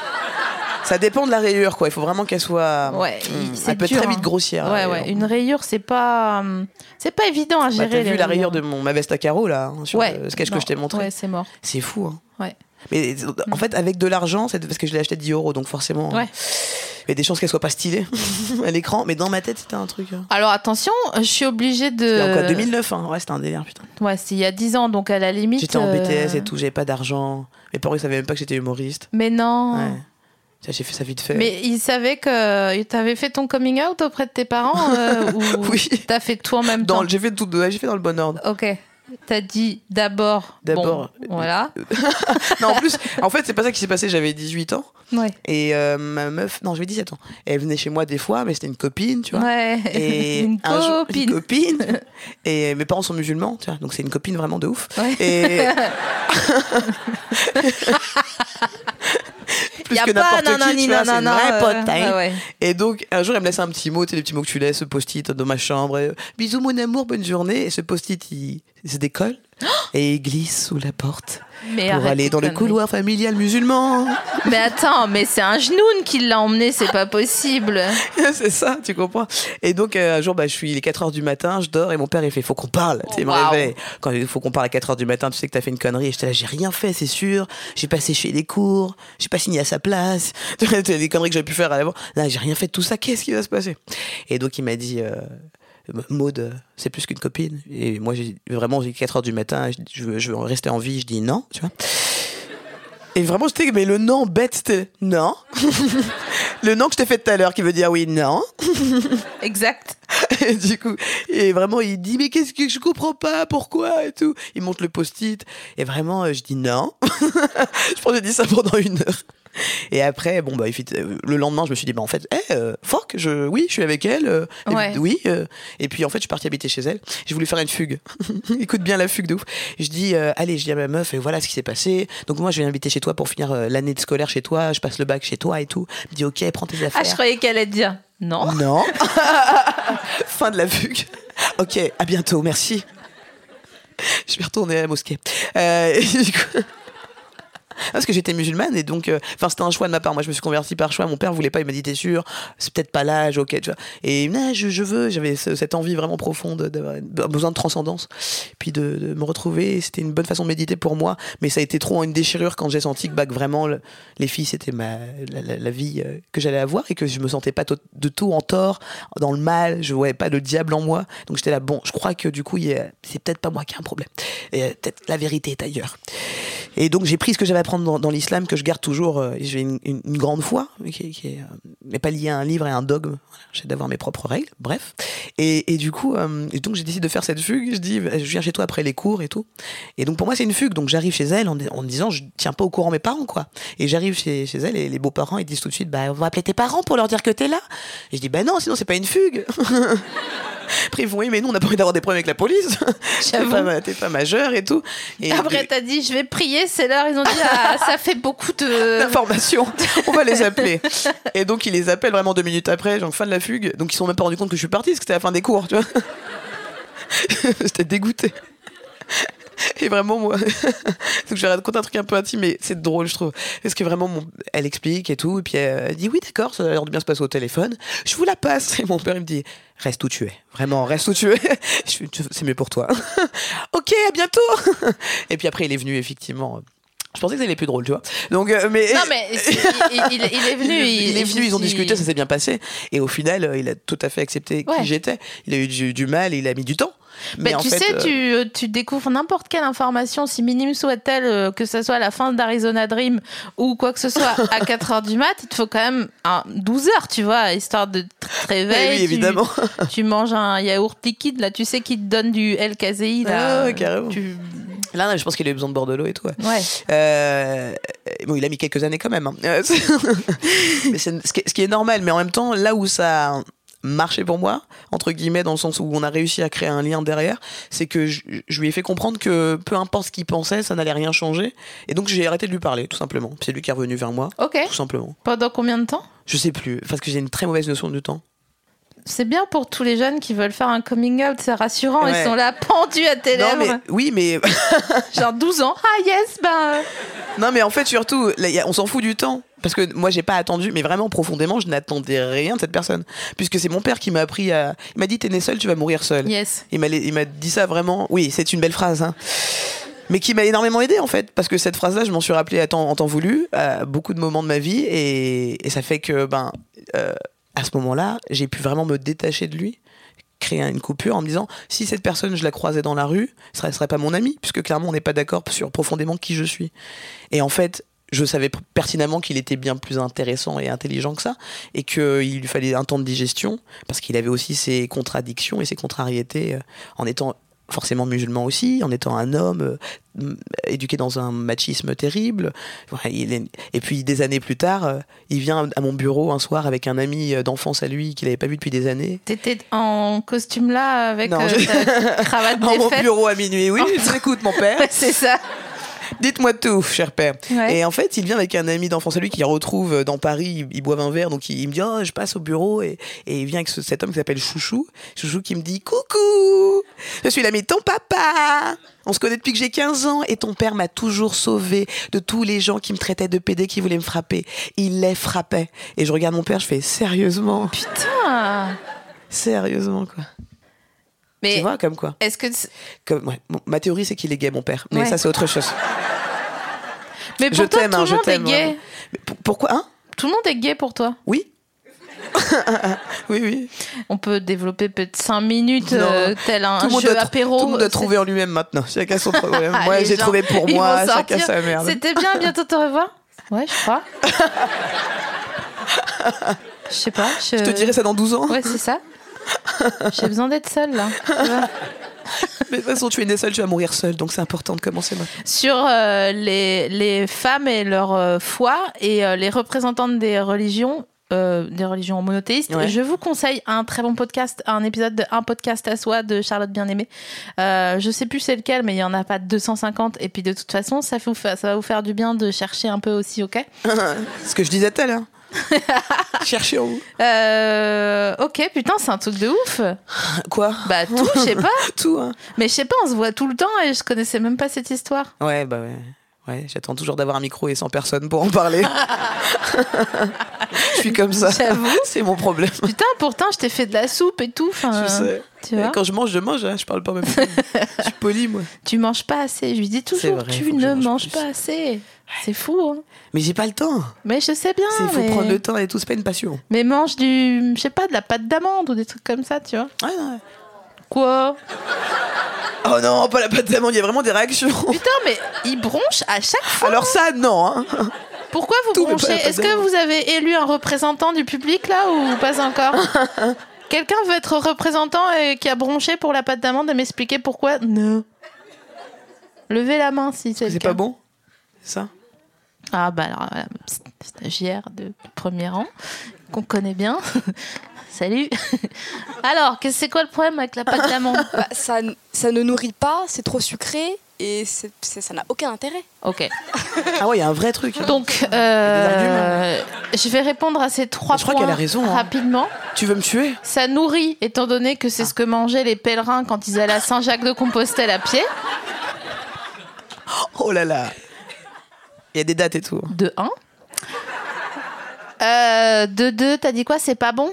C: Ça dépend de la rayure, quoi. Il faut vraiment qu'elle soit.
B: Ouais,
C: Hmm,
B: c'est
C: Elle peut être
B: dur,
C: très
B: hein.
C: vite grossière.
B: ouais,
C: la
B: ouais.
C: rayure.
B: Une rayure, c'est pas. euh, C'est pas évident à
C: Bah,
B: gérer.
C: T'as vu
B: les
C: la rayure
B: rayures.
C: de mon, ma veste à carreaux, là, hein, sur
B: Ouais.
C: le sketch
B: Non.
C: que je t'ai montré.
B: Ouais, c'est mort.
C: C'est fou, hein.
B: Ouais.
C: Mais en fait, avec de l'argent, c'est parce que je l'ai acheté 10 euros, donc forcément,
B: Ouais.
C: il y a des chances qu'elle soit pas stylée à l'écran. Mais dans ma tête, c'était un truc. hein.
B: Alors attention, je suis obligée de.
C: C'était en quoi, 2009, hein. ouais, c'était un délire, putain.
B: Ouais, c'est il y a 10 ans, donc à la limite.
C: J'étais en
B: euh,
C: BTS et tout, j'avais pas d'argent. Mes parents, ils savaient même pas que j'étais humoriste.
B: Mais non.
C: Ouais. Ça, J'ai fait ça vite fait.
B: Oh. Mais ils savaient que euh, t'avais fait ton coming out auprès de tes parents euh, ou
C: Oui.
B: t'as fait tout en même
C: Dans,
B: temps.
C: le- j'ai fait tout, ouais, j'ai fait dans le bon ordre.
B: Ok. T'as dit d'abord.
C: D'abord.
B: bon, voilà.
C: non, en plus, en fait, c'est pas ça qui s'est passé. J'avais 18 ans
B: Ouais.
C: et euh, ma meuf, non, j'avais 17 ans. Elle venait chez moi des fois, mais c'était une copine, tu vois.
B: Ouais.
C: Et
B: une
C: un jour-
B: copine.
C: une copine. Et mes parents sont musulmans, tu vois, donc c'est une copine vraiment de ouf.
B: Ouais.
C: Et. Plus
B: Y a
C: que
B: pas,
C: n'importe
B: non, non,
C: qui,
B: ni
C: tu vois,
B: non,
C: c'est une
B: non,
C: vraie
B: euh,
C: pote, hein.
B: ouais, ouais.
C: Et donc, un jour, elle me laisse un petit mot, tu sais, les petits mots que tu laisses, ce post-it dans ma chambre. et, euh, Bisous, mon amour, bonne journée. Et ce post-it, il, il se décolle et il glisse sous la porte
B: Mais
C: pour
B: arrête
C: aller
B: tes
C: dans le
B: conneries.
C: couloir familial musulman.
B: Mais attends, mais c'est un genoune qui l'a emmené, c'est pas possible.
C: c'est ça, tu comprends Et donc, euh, un jour, bah, je suis, il est 4h du matin, je dors et mon père, il fait Faut qu'on parle. Tu sais, il me
B: waouh.
C: réveille. Quand il faut qu'on parle à 4h du matin, tu sais que t'as fait une connerie. Et j'étais là, j'ai rien fait, c'est sûr. J'ai pas séché les cours, j'ai pas signé à sa place. Tu vois, t'as des conneries que j'aurais pu faire à l'avant. Là, j'ai rien fait de tout ça, qu'est-ce qui va se passer Et donc, il m'a dit. euh, Maud, euh, c'est plus qu'une copine. Et moi, j'ai vraiment, j'ai 4 heures du matin, je, je veux, je veux rester en vie, je dis non, tu vois. Et vraiment, j'étais, mais le non bête, c'était non. le non que je t'ai fait tout à l'heure qui veut dire oui, non.
B: Exact.
C: Et du coup, et vraiment, il dit, mais qu'est-ce que je comprends pas, pourquoi et tout. Il monte le post-it. Et vraiment, euh, je dis non. je pense que j'ai dit ça pendant une heure. Et après, bon, bah, il fit- euh, le lendemain, je me suis dit, bah, en fait, eh, euh, fork, je, oui, je suis avec elle. euh, et
B: Ouais.
C: puis, oui. euh, et puis, en fait, je suis partie habiter chez elle. Je voulais faire une fugue. Écoute bien la fugue de ouf. Je dis, euh, allez, je dis à ma meuf, et voilà ce qui s'est passé. Donc, moi, je vais inviter chez toi pour finir euh, l'année de scolaire chez toi. Je passe le bac chez toi et tout. Je dis, ok, prends tes affaires.
B: Ah, je croyais qu'elle allait te dire non.
C: Non. fin de la fugue. Ok, à bientôt, merci. Je vais retourner à la mosquée. Euh, et du coup- Ah, Parce que j'étais musulmane et donc, euh, enfin, c'était un choix de ma part. Moi, je me suis convertie par choix. Mon père voulait pas. Il m'a dit, t'es sûr C'est peut-être pas l'âge, ok. Tu vois. Et non, ah, je, je veux. J'avais ce- cette envie vraiment profonde d'avoir d'avoir besoin de transcendance, puis de, de me retrouver. C'était une bonne façon de méditer pour moi. Mais ça a été trop une déchirure quand j'ai senti que, bah, que vraiment, le- les filles, c'était ma la, la- la vie euh, que j'allais avoir et que je me sentais pas tot- de tout en tort, dans le mal. Je voyais pas le diable en moi. Donc j'étais là, bon, je crois que du coup, il y a- c'est peut-être pas moi qui ai un problème. Et euh, peut-être la vérité est ailleurs. Et donc j'ai pris ce que j'avais à prendre dans, dans l'islam, que je garde toujours. euh, et J'ai une, une- une grande foi, mais qui, est- qui est, euh, mais pas liée à un livre et à un dogme. Voilà, J'essaie d'avoir mes propres règles, bref. Et, et du coup, euh, et donc j'ai décidé de faire cette fugue. Je dis, euh, je viens chez toi après les cours et tout. Et donc pour moi, c'est une fugue. Donc j'arrive chez elle en, en me disant, je tiens pas au courant mes parents, quoi. Et j'arrive chez, chez elle et les beaux-parents, ils disent tout de suite, bah on va appeler tes parents pour leur dire que t'es là. Et je dis, bah non, sinon c'est pas une fugue. Après, ils font, oui, mais nous, on n'a pas envie d'avoir des problèmes avec la police. T'es
B: J'avoue.
C: pas, ma- t'es pas majeur et tout. Et
B: Après, t'as dit, je vais prier, c'est l'heure. Ils ont dit, ah, ça fait beaucoup de.
C: d'informations. On va les appeler. Et donc, ils les appellent vraiment deux minutes après, genre fin de la fugue. Donc, ils se sont même pas rendus compte que je suis partie, parce que c'était la fin des cours, tu vois. J'étais dégoûtée. Et vraiment, moi. Donc, je vais raconter un truc un peu intime, mais c'est drôle, je trouve. Parce que vraiment, mon- elle explique et tout. Et puis, elle dit Oui, d'accord, ça a l'air de bien se passer au téléphone. Je vous la passe. Et mon père, il me dit Reste où tu es. Vraiment, reste où tu es. Je fais, C'est mieux pour toi. ok, à bientôt. Et puis après, il est venu, effectivement. Je pensais que c'était les plus drôles, tu vois. Donc, euh, mais.
B: Non, mais il, il- il est venu.
C: Il, est venu, ils ont discuté, ça
B: il-
C: s'est bien passé. Et au final, euh, il a tout à fait accepté
B: Ouais.
C: qui j'étais. Il a eu du, du mal, il a mis du temps.
B: Bah,
C: en
B: tu
C: fait,
B: sais,
C: euh,
B: tu, euh, tu découvres n'importe quelle information, si minime soit-elle, euh, que ce soit la fin d'Arizona Dream ou quoi que ce soit, à 4h du mat, il te faut quand même un 12 heures, tu vois, histoire de te
C: eh
B: réveiller.
C: oui, évidemment.
B: Tu manges un yaourt liquide, là, tu sais qu'il te donne du L-caséine.
C: Ah
B: là,
C: ouais, carrément.
B: tu-
C: Là, non, je pense qu'il a eu besoin de Bordeaux et tout. ouais.
B: Ouais.
C: Euh, bon, il a mis quelques années quand même. hein. Euh, c'est- mais c'est ce, qui est, ce qui est normal, mais en même temps, là où ça a marché pour moi, entre guillemets, dans le sens où on a réussi à créer un lien derrière, c'est que je, je lui ai fait comprendre que peu importe ce qu'il pensait, ça n'allait rien changer. Et donc, j'ai arrêté de lui parler, tout simplement. Puis C'est lui qui est revenu vers moi,
B: Ok.
C: tout simplement.
B: Pendant combien de temps
C: Je sais plus, parce que j'ai une très mauvaise notion du temps.
B: C'est bien pour tous les jeunes qui veulent faire un coming out, c'est rassurant,
C: Ouais.
B: ils sont là pendus à tes
C: Non,
B: lèvres.
C: mais, oui, mais
B: Genre 12 ans, ah yes, ben.
C: Non, mais en fait, surtout, là, y a- on s'en fout du temps. Parce que moi, j'ai pas attendu, mais vraiment profondément, je n'attendais rien de cette personne. Puisque c'est mon père qui m'a appris à. Il m'a dit T'es né seul, tu vas mourir seul.
B: Yes.
C: Il m'a il m'a dit ça vraiment. Oui, c'est une belle phrase. hein. Mais qui m'a énormément aidé en fait, parce que cette phrase-là, je m'en suis rappelé à temps, en temps voulu, à beaucoup de moments de ma vie, et, et ça fait que, ben, euh, à ce moment-là, j'ai pu vraiment me détacher de lui, créer une coupure en me disant, si cette personne, je la croisais dans la rue, ce serait, ce serait pas mon ami, puisque clairement, on n'est pas d'accord sur profondément qui je suis. Et en fait, je savais pr- pertinemment qu'il était bien plus intéressant et intelligent que ça, et qu'il lui fallait un temps de digestion, parce qu'il avait aussi ses contradictions et ses contrariétés, euh, en étant forcément musulman aussi, en étant un homme euh, m- éduqué dans un machisme terrible. Voilà, il est- Et puis des années plus tard, euh, il vient à mon bureau un soir avec un ami euh, d'enfance à lui qu'il n'avait pas vu depuis des années.
B: T'étais en costume là avec
C: Non,
B: euh,
C: je-
B: ta cravate
C: En mon
B: défaite.
C: bureau à minuit, oui, je vous écoute mon père.
B: Ouais, c'est ça.
C: Dites-moi tout, cher père.
B: Ouais.
C: Et en fait, il vient avec un ami d'enfance à lui qu'il retrouve euh, dans Paris. Ils boivent un verre, donc il, il me dit Oh, je passe au bureau. Et, et il vient avec ce- cet homme qui s'appelle Chouchou. Chouchou qui me dit Coucou Je suis l'ami de ton papa On se connaît depuis que j'ai 15 ans et ton père m'a toujours sauvé de tous les gens qui me traitaient de PD qui voulaient me frapper. Il les frappait. Et je regarde mon père, je fais Sérieusement
B: Putain.
C: Sérieusement, quoi. Tu
B: Mais
C: vois, comme quoi.
B: est-ce que c'est-
C: Comme, ouais. Bon, ma théorie, c'est qu'il est gay, mon père. Mais
B: Ouais.
C: ça, c'est autre chose.
B: mais
C: Je
B: pour toi,
C: t'aime,
B: tout
C: hein,
B: le
C: je
B: monde est
C: t'aime.
B: gay.
C: vraiment. Mais pour- Pourquoi Hein
B: Tout le monde est gay pour toi.
C: Oui. oui, oui.
B: On peut développer peut-être 5 minutes
C: Non.
B: euh, tel un
C: tout le monde
B: jeu
C: doit, tr-
B: apéro.
C: tout le monde doit
B: C'est-
C: trouver en lui-même maintenant. Chacun son problème.
B: Ah,
C: Moi,
B: les
C: j'ai
B: gens,
C: trouvé pour
B: ils
C: moi,
B: vont
C: chacun
B: sortir.
C: sa merde.
B: C'était bien, bientôt te revoir. Ouais, je crois. Je sais pas.
C: Je te dirai ça dans 12 ans.
B: euh, Ouais, c'est ça. J'ai besoin d'être seule là. Tu vois.
C: Mais de toute façon, tu es né seul, tu vas mourir seul. Donc c'est important de commencer maintenant.
B: sur euh, les, les femmes et leur euh, foi et euh, les représentantes des religions. euh, des religions monothéistes.
C: Ouais.
B: Je vous conseille un très bon podcast, un épisode de Un podcast à soi de Charlotte Bien-Aimée. Euh, je sais plus c'est lequel, mais il y en a pas 250. Et puis de toute façon, ça, vous fa- ça va vous faire du bien de chercher un peu aussi, ok
C: Ce que je disais tout à l'heure. Cherchez en vous.
B: Euh, Ok, putain, c'est un truc de ouf.
C: Quoi
B: Bah tout, je sais pas.
C: Tout, hein.
B: Mais je sais pas, on se voit tout le temps et je connaissais même pas cette histoire.
C: Ouais, bah ouais. Ouais, j'attends toujours d'avoir un micro et 100 personnes pour en parler. je suis comme ça.
B: J'avoue.
C: C'est mon problème.
B: Putain, pourtant, je t'ai fait de la soupe et tout. enfin,
C: Je sais.
B: Tu vois
C: Quand je mange, je mange. hein. Je parle pas même. plus. je suis poli, moi.
B: Tu manges pas assez. Je lui dis toujours,
C: C'est vrai, faut
B: tu
C: que je
B: ne
C: mange
B: manges
C: plus.
B: pas assez. C'est fou, hein.
C: Mais j'ai pas le temps.
B: Mais je sais bien.
C: Il faut
B: mais...
C: prendre le temps et tout, c'est pas une passion.
B: mais mange du, je sais pas, de la pâte d'amande ou des trucs comme ça, tu vois.
C: Ouais, ouais.
B: Quoi
C: Oh non, pas la pâte d'amande, il y a vraiment des réactions.
B: Oh. Putain, mais il bronche à chaque fois.
C: Alors ça, non. hein.
B: Pourquoi vous
C: Tout, mais pas
B: bronchez
C: la pâte
B: Est-ce que
C: d'amande.
B: vous avez élu un représentant du public là ou pas encore Quelqu'un veut être représentant et qui a bronché pour la pâte d'amande et m'expliquer pourquoi Non. Levez la main si c'est le
C: C'est
B: cas.
C: pas bon Ça
B: euh, Ah bah alors, voilà, st- stagiaire de premier rang, qu'on connaît bien. Salut. Alors, que- c'est quoi le problème avec la pâte d'amande
D: Bah, ça, ça ne nourrit pas, c'est trop sucré et c'est- c'est- ça n'a aucun intérêt.
B: Ok.
C: Ah ouais, il y a un vrai truc.
B: Donc,
C: arguments.
B: euh, je vais répondre à ces trois
C: Je
B: points
C: crois qu'elle a raison, hein.
B: rapidement.
C: Tu veux me tuer
B: Ça nourrit, étant donné que
C: Ah.
B: c'est ce que mangeaient les pèlerins quand ils allaient à Saint-Jacques-de-Compostelle à pied.
C: Oh là là. Il y a des dates et tout.
B: De 1. de 2, t'as dit quoi C'est pas bon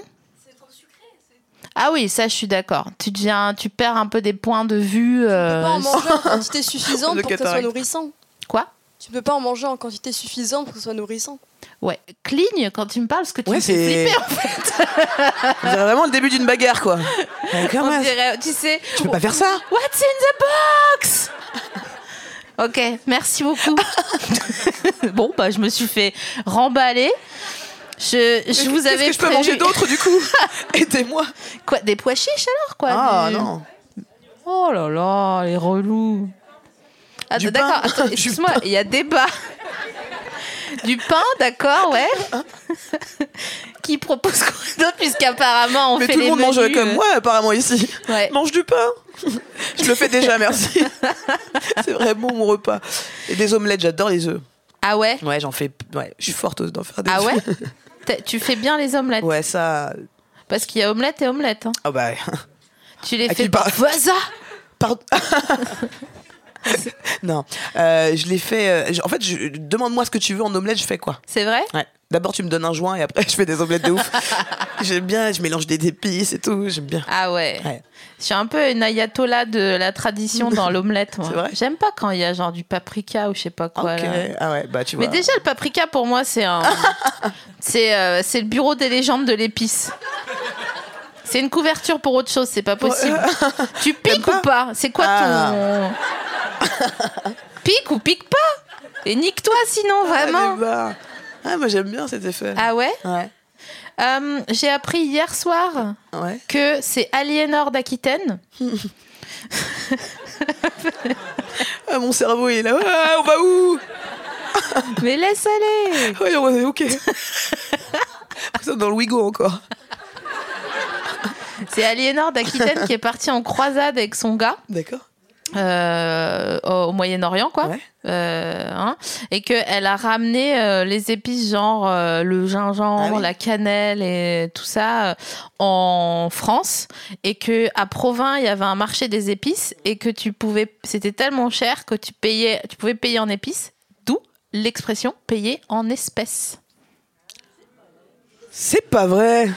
B: ah oui, ça je suis d'accord. Tu deviens, tu perds un peu des points de vue.
D: Tu peux
B: euh,
D: pas en manger en quantité suffisante
C: Le
D: pour que ça soit
C: cataracte.
D: nourrissant.
B: Quoi
D: Tu peux pas en manger en quantité suffisante pour que ça soit nourrissant.
B: Ouais, cligne quand tu me parles, parce que tu
C: Ouais,
B: me fais
C: c'est-
B: flipper en fait.
C: C'est vraiment le début d'une bagarre, quoi. Ouais, quand
B: On
C: même.
B: dirait, tu sais.
C: Tu peux pas faire ça.
B: What's in the box Ok, merci beaucoup. bon, bah, je me suis fait remballer. Je, je vous
C: Qu'est-ce
B: avais
C: que je peux
B: prévu-
C: manger d'autre du coup Aidez-moi.
B: Quoi, des pois chiches alors quoi
C: Ah
B: du-
C: non.
B: Oh là là, les relous. Ah,
C: Du
B: d'accord,
C: pain.
B: attends,
C: Du
B: excuse-moi, il y a débat. Du pain, d'accord, ouais. Qui propose quoi d'autre puisqu'apparemment on
C: Mais
B: fait
C: tout le
B: les
C: monde mange
B: menus,
C: comme
B: euh,
C: moi apparemment ici.
B: Ouais.
C: Mange du pain. Je le fais déjà, merci. C'est vraiment mon repas. Et des omelettes, j'adore les œufs.
B: Ah ouais
C: Ouais, j'en fais. Ouais, je suis forte d'en faire des.
B: Ah ouais
C: œufs.
B: T'as- Tu fais bien les omelettes
C: Ouais, ça.
B: Parce qu'il y a omelette et omelette. hein.
C: Ah bah.
B: Tu les
C: À
B: fais
C: qui parle-
B: parfois ça
C: Pardon. non, Euh, je l'ai fait. euh, je- en fait, je- demande-moi ce que tu veux en omelette, je fais quoi
B: C'est vrai
C: Ouais. D'abord, tu me donnes un joint et après, je fais des omelettes de ouf. j'aime bien, je mélange des épices et tout, j'aime bien.
B: Ah ouais.
C: Ouais.
B: Je suis un peu une ayatollah de la tradition dans l'omelette. moi.
C: C'est vrai
B: J'aime pas quand il y a genre du paprika ou je sais pas quoi.
C: Ok.
B: là.
C: Ah ouais, bah tu vois.
B: Mais déjà, le paprika pour moi, c'est un. c'est euh, c'est le bureau des légendes de l'épice. C'est une couverture pour autre chose, c'est pas possible. tu piques
C: T'aimes
B: ou pas C'est quoi
C: Ah.
B: ton. pique ou pique pas Et nique-toi sinon,
C: Ah,
B: vraiment.
C: mais bah. Ah, moi j'aime bien cet effet.
B: Ah ouais
C: Ouais.
B: Euh, J'ai appris hier soir
C: Ouais.
B: que c'est Aliénor d'Aquitaine.
C: Ah, mon cerveau il est là. Ah, on va où
B: Mais laisse aller
C: Oui, on va ok. Putain, dans le Wigo encore.
B: C'est Aliénor d'Aquitaine qui est partie en croisade avec son gars
C: D'accord.
B: euh, au au Moyen-Orient, quoi.
C: Ouais.
B: Euh, hein, et qu'elle a ramené euh, les épices genre euh, le gingembre,
C: Ah oui.
B: la cannelle et tout ça euh, en France et que à Provins il y avait un marché des épices et que tu pouvais c'était tellement cher que tu payais tu pouvais payer en épices d'où l'expression payer en espèces
C: C'est pas vrai.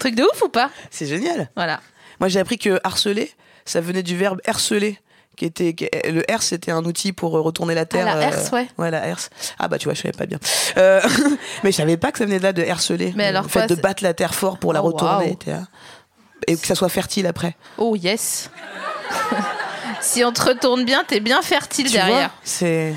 B: truc de ouf ou pas
C: C'est génial.
B: voilà
C: Moi, j'ai appris que harceler, ça venait du verbe herceler. Qui était, qui- le herse, c'était un outil pour euh, retourner la terre.
B: Ah, la
C: euh,
B: herse, ouais.
C: Ouais, la herse. Ah, bah, tu vois, je savais pas bien. Euh, mais je savais pas que ça venait de là de herceler.
B: Mais alors
C: Le fait
B: quoi,
C: de
B: c'est-
C: battre la terre fort pour la
B: Oh,
C: retourner.
B: waouh.
C: tu vois. Et que ça soit fertile après.
B: oh yes si on te retourne bien t'es bien fertile
C: Tu vois,
B: derrière
C: C'est.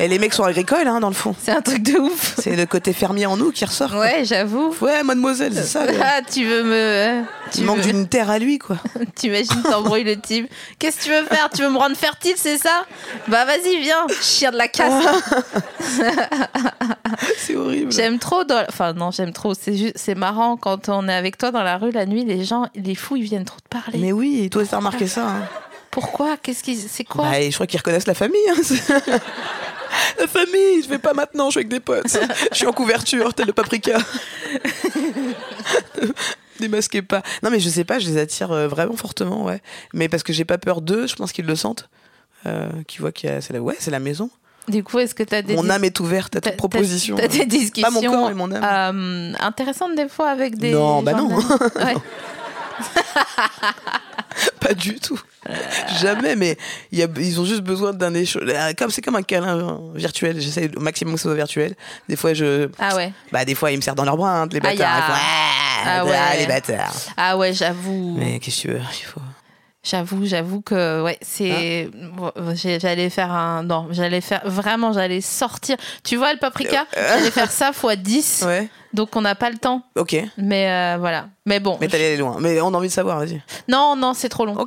C: Et les mecs sont agricoles, hein, dans le fond.
B: c'est un truc de ouf
C: C'est le côté fermier en nous qui ressort.
B: ouais j'avoue
C: Ouais, mademoiselle, c'est ça. le-
B: Ah, tu veux me. euh, Tu
C: Il manque
B: veux-
C: d'une terre à lui, quoi.
B: T'imagines, t'embrouilles le type. Qu'est-ce que tu veux faire Tu veux me rendre fertile, c'est ça Bah vas-y, viens, chien de la casse.
C: Ah. C'est horrible.
B: J'aime trop. dans- Enfin, non, j'aime trop. C'est juste, c'est marrant quand on est avec toi dans la rue la nuit, les gens, les fous, ils viennent trop te parler.
C: Mais oui, toi, t'as remarqué ça. hein.
B: Pourquoi Qu'est-ce qui. C'est quoi
C: Bah, et je crois qu'ils reconnaissent la famille. hein. C'est- la famille, je vais pas maintenant, je suis avec des potes. Je suis en couverture, tel le paprika. Démasquez pas. Non, mais je sais pas, je les attire euh, vraiment fortement, ouais. Mais parce que j'ai pas peur d'eux, je pense qu'ils le sentent. Euh, qui voient que c'est la... Ouais, c'est la maison.
B: Du coup, est-ce que t'as des.
C: Mon
B: dis-
C: âme est ouverte à
B: t'as-
C: toute proposition.
B: T'as des discussions.
C: Pas mon corps, mais mon âme.
B: euh, intéressantes des fois avec des.
C: Non, bah non.
B: journalistes. Ouais.
C: Pas du tout. Jamais, mais il y a- ils ont juste besoin d'un échange. Ah, comme- C'est comme un câlin euh, virtuel. J'essaie au maximum que ce soit virtuel. Des fois, je.
B: Ah ouais.
C: Bah, des fois, ils me serrent dans leurs bras, hein, les
B: Ah,
C: bâtards.
B: y a-
C: Ils font, Ah,
B: Ah ouais.
C: ah, les bâtards.
B: Ah ouais, j'avoue.
C: Mais qu'est-ce que tu veux il faut...
B: J'avoue, j'avoue que ouais, c'est
C: Ah.
B: bon, euh, j'ai- j'allais faire un non, j'allais faire vraiment j'allais sortir. Tu vois le paprika J'allais faire ça fois 10.
C: Euh, Ouais.
B: Donc on n'a pas le temps,
C: Ok.
B: mais euh, voilà. Mais bon.
C: Mais t'allais aller loin. Mais on a envie de savoir, vas-y.
B: Non, non, c'est trop long.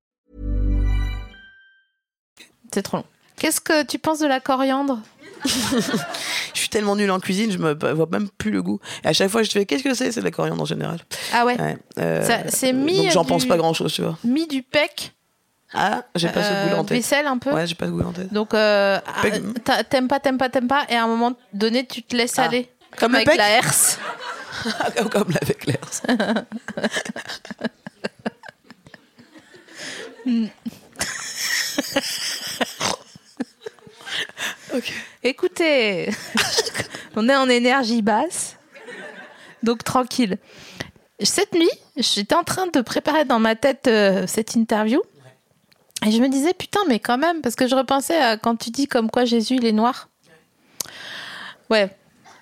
B: C'est trop long. Qu'est-ce que tu penses de la coriandre
C: Je suis tellement nulle en cuisine, je me je vois même plus le goût. Et à chaque fois, je te fais qu'est-ce que c'est C'est de la coriandre en général.
B: Ah ouais,
C: Ouais, euh,
B: Ça- c'est mis,
C: Donc j'en
B: euh,
C: pense
B: du-
C: pas grand-chose, tu vois.
B: mis du pec,
C: Ah, j'ai pas ce goût
B: euh,
C: en tête.
B: vaisselle un peu.
C: Ouais, j'ai pas ce goût en tête.
B: Donc euh, ah,
C: Pec.
B: t'a- t'aimes pas, t'aimes pas, t'aimes pas, et à un moment donné, tu te laisses
C: Ah.
B: aller.
C: Comme
B: Comme
C: le
B: avec
C: pec
B: la herse.
C: Comme l'avec l'air.
B: Écoutez, on est en énergie basse, donc tranquille. Cette nuit, j'étais en train de préparer dans ma tête euh, cette interview. Et je me disais, putain, mais quand même, parce que je repensais à quand tu dis comme quoi Jésus, il est noir. Ouais,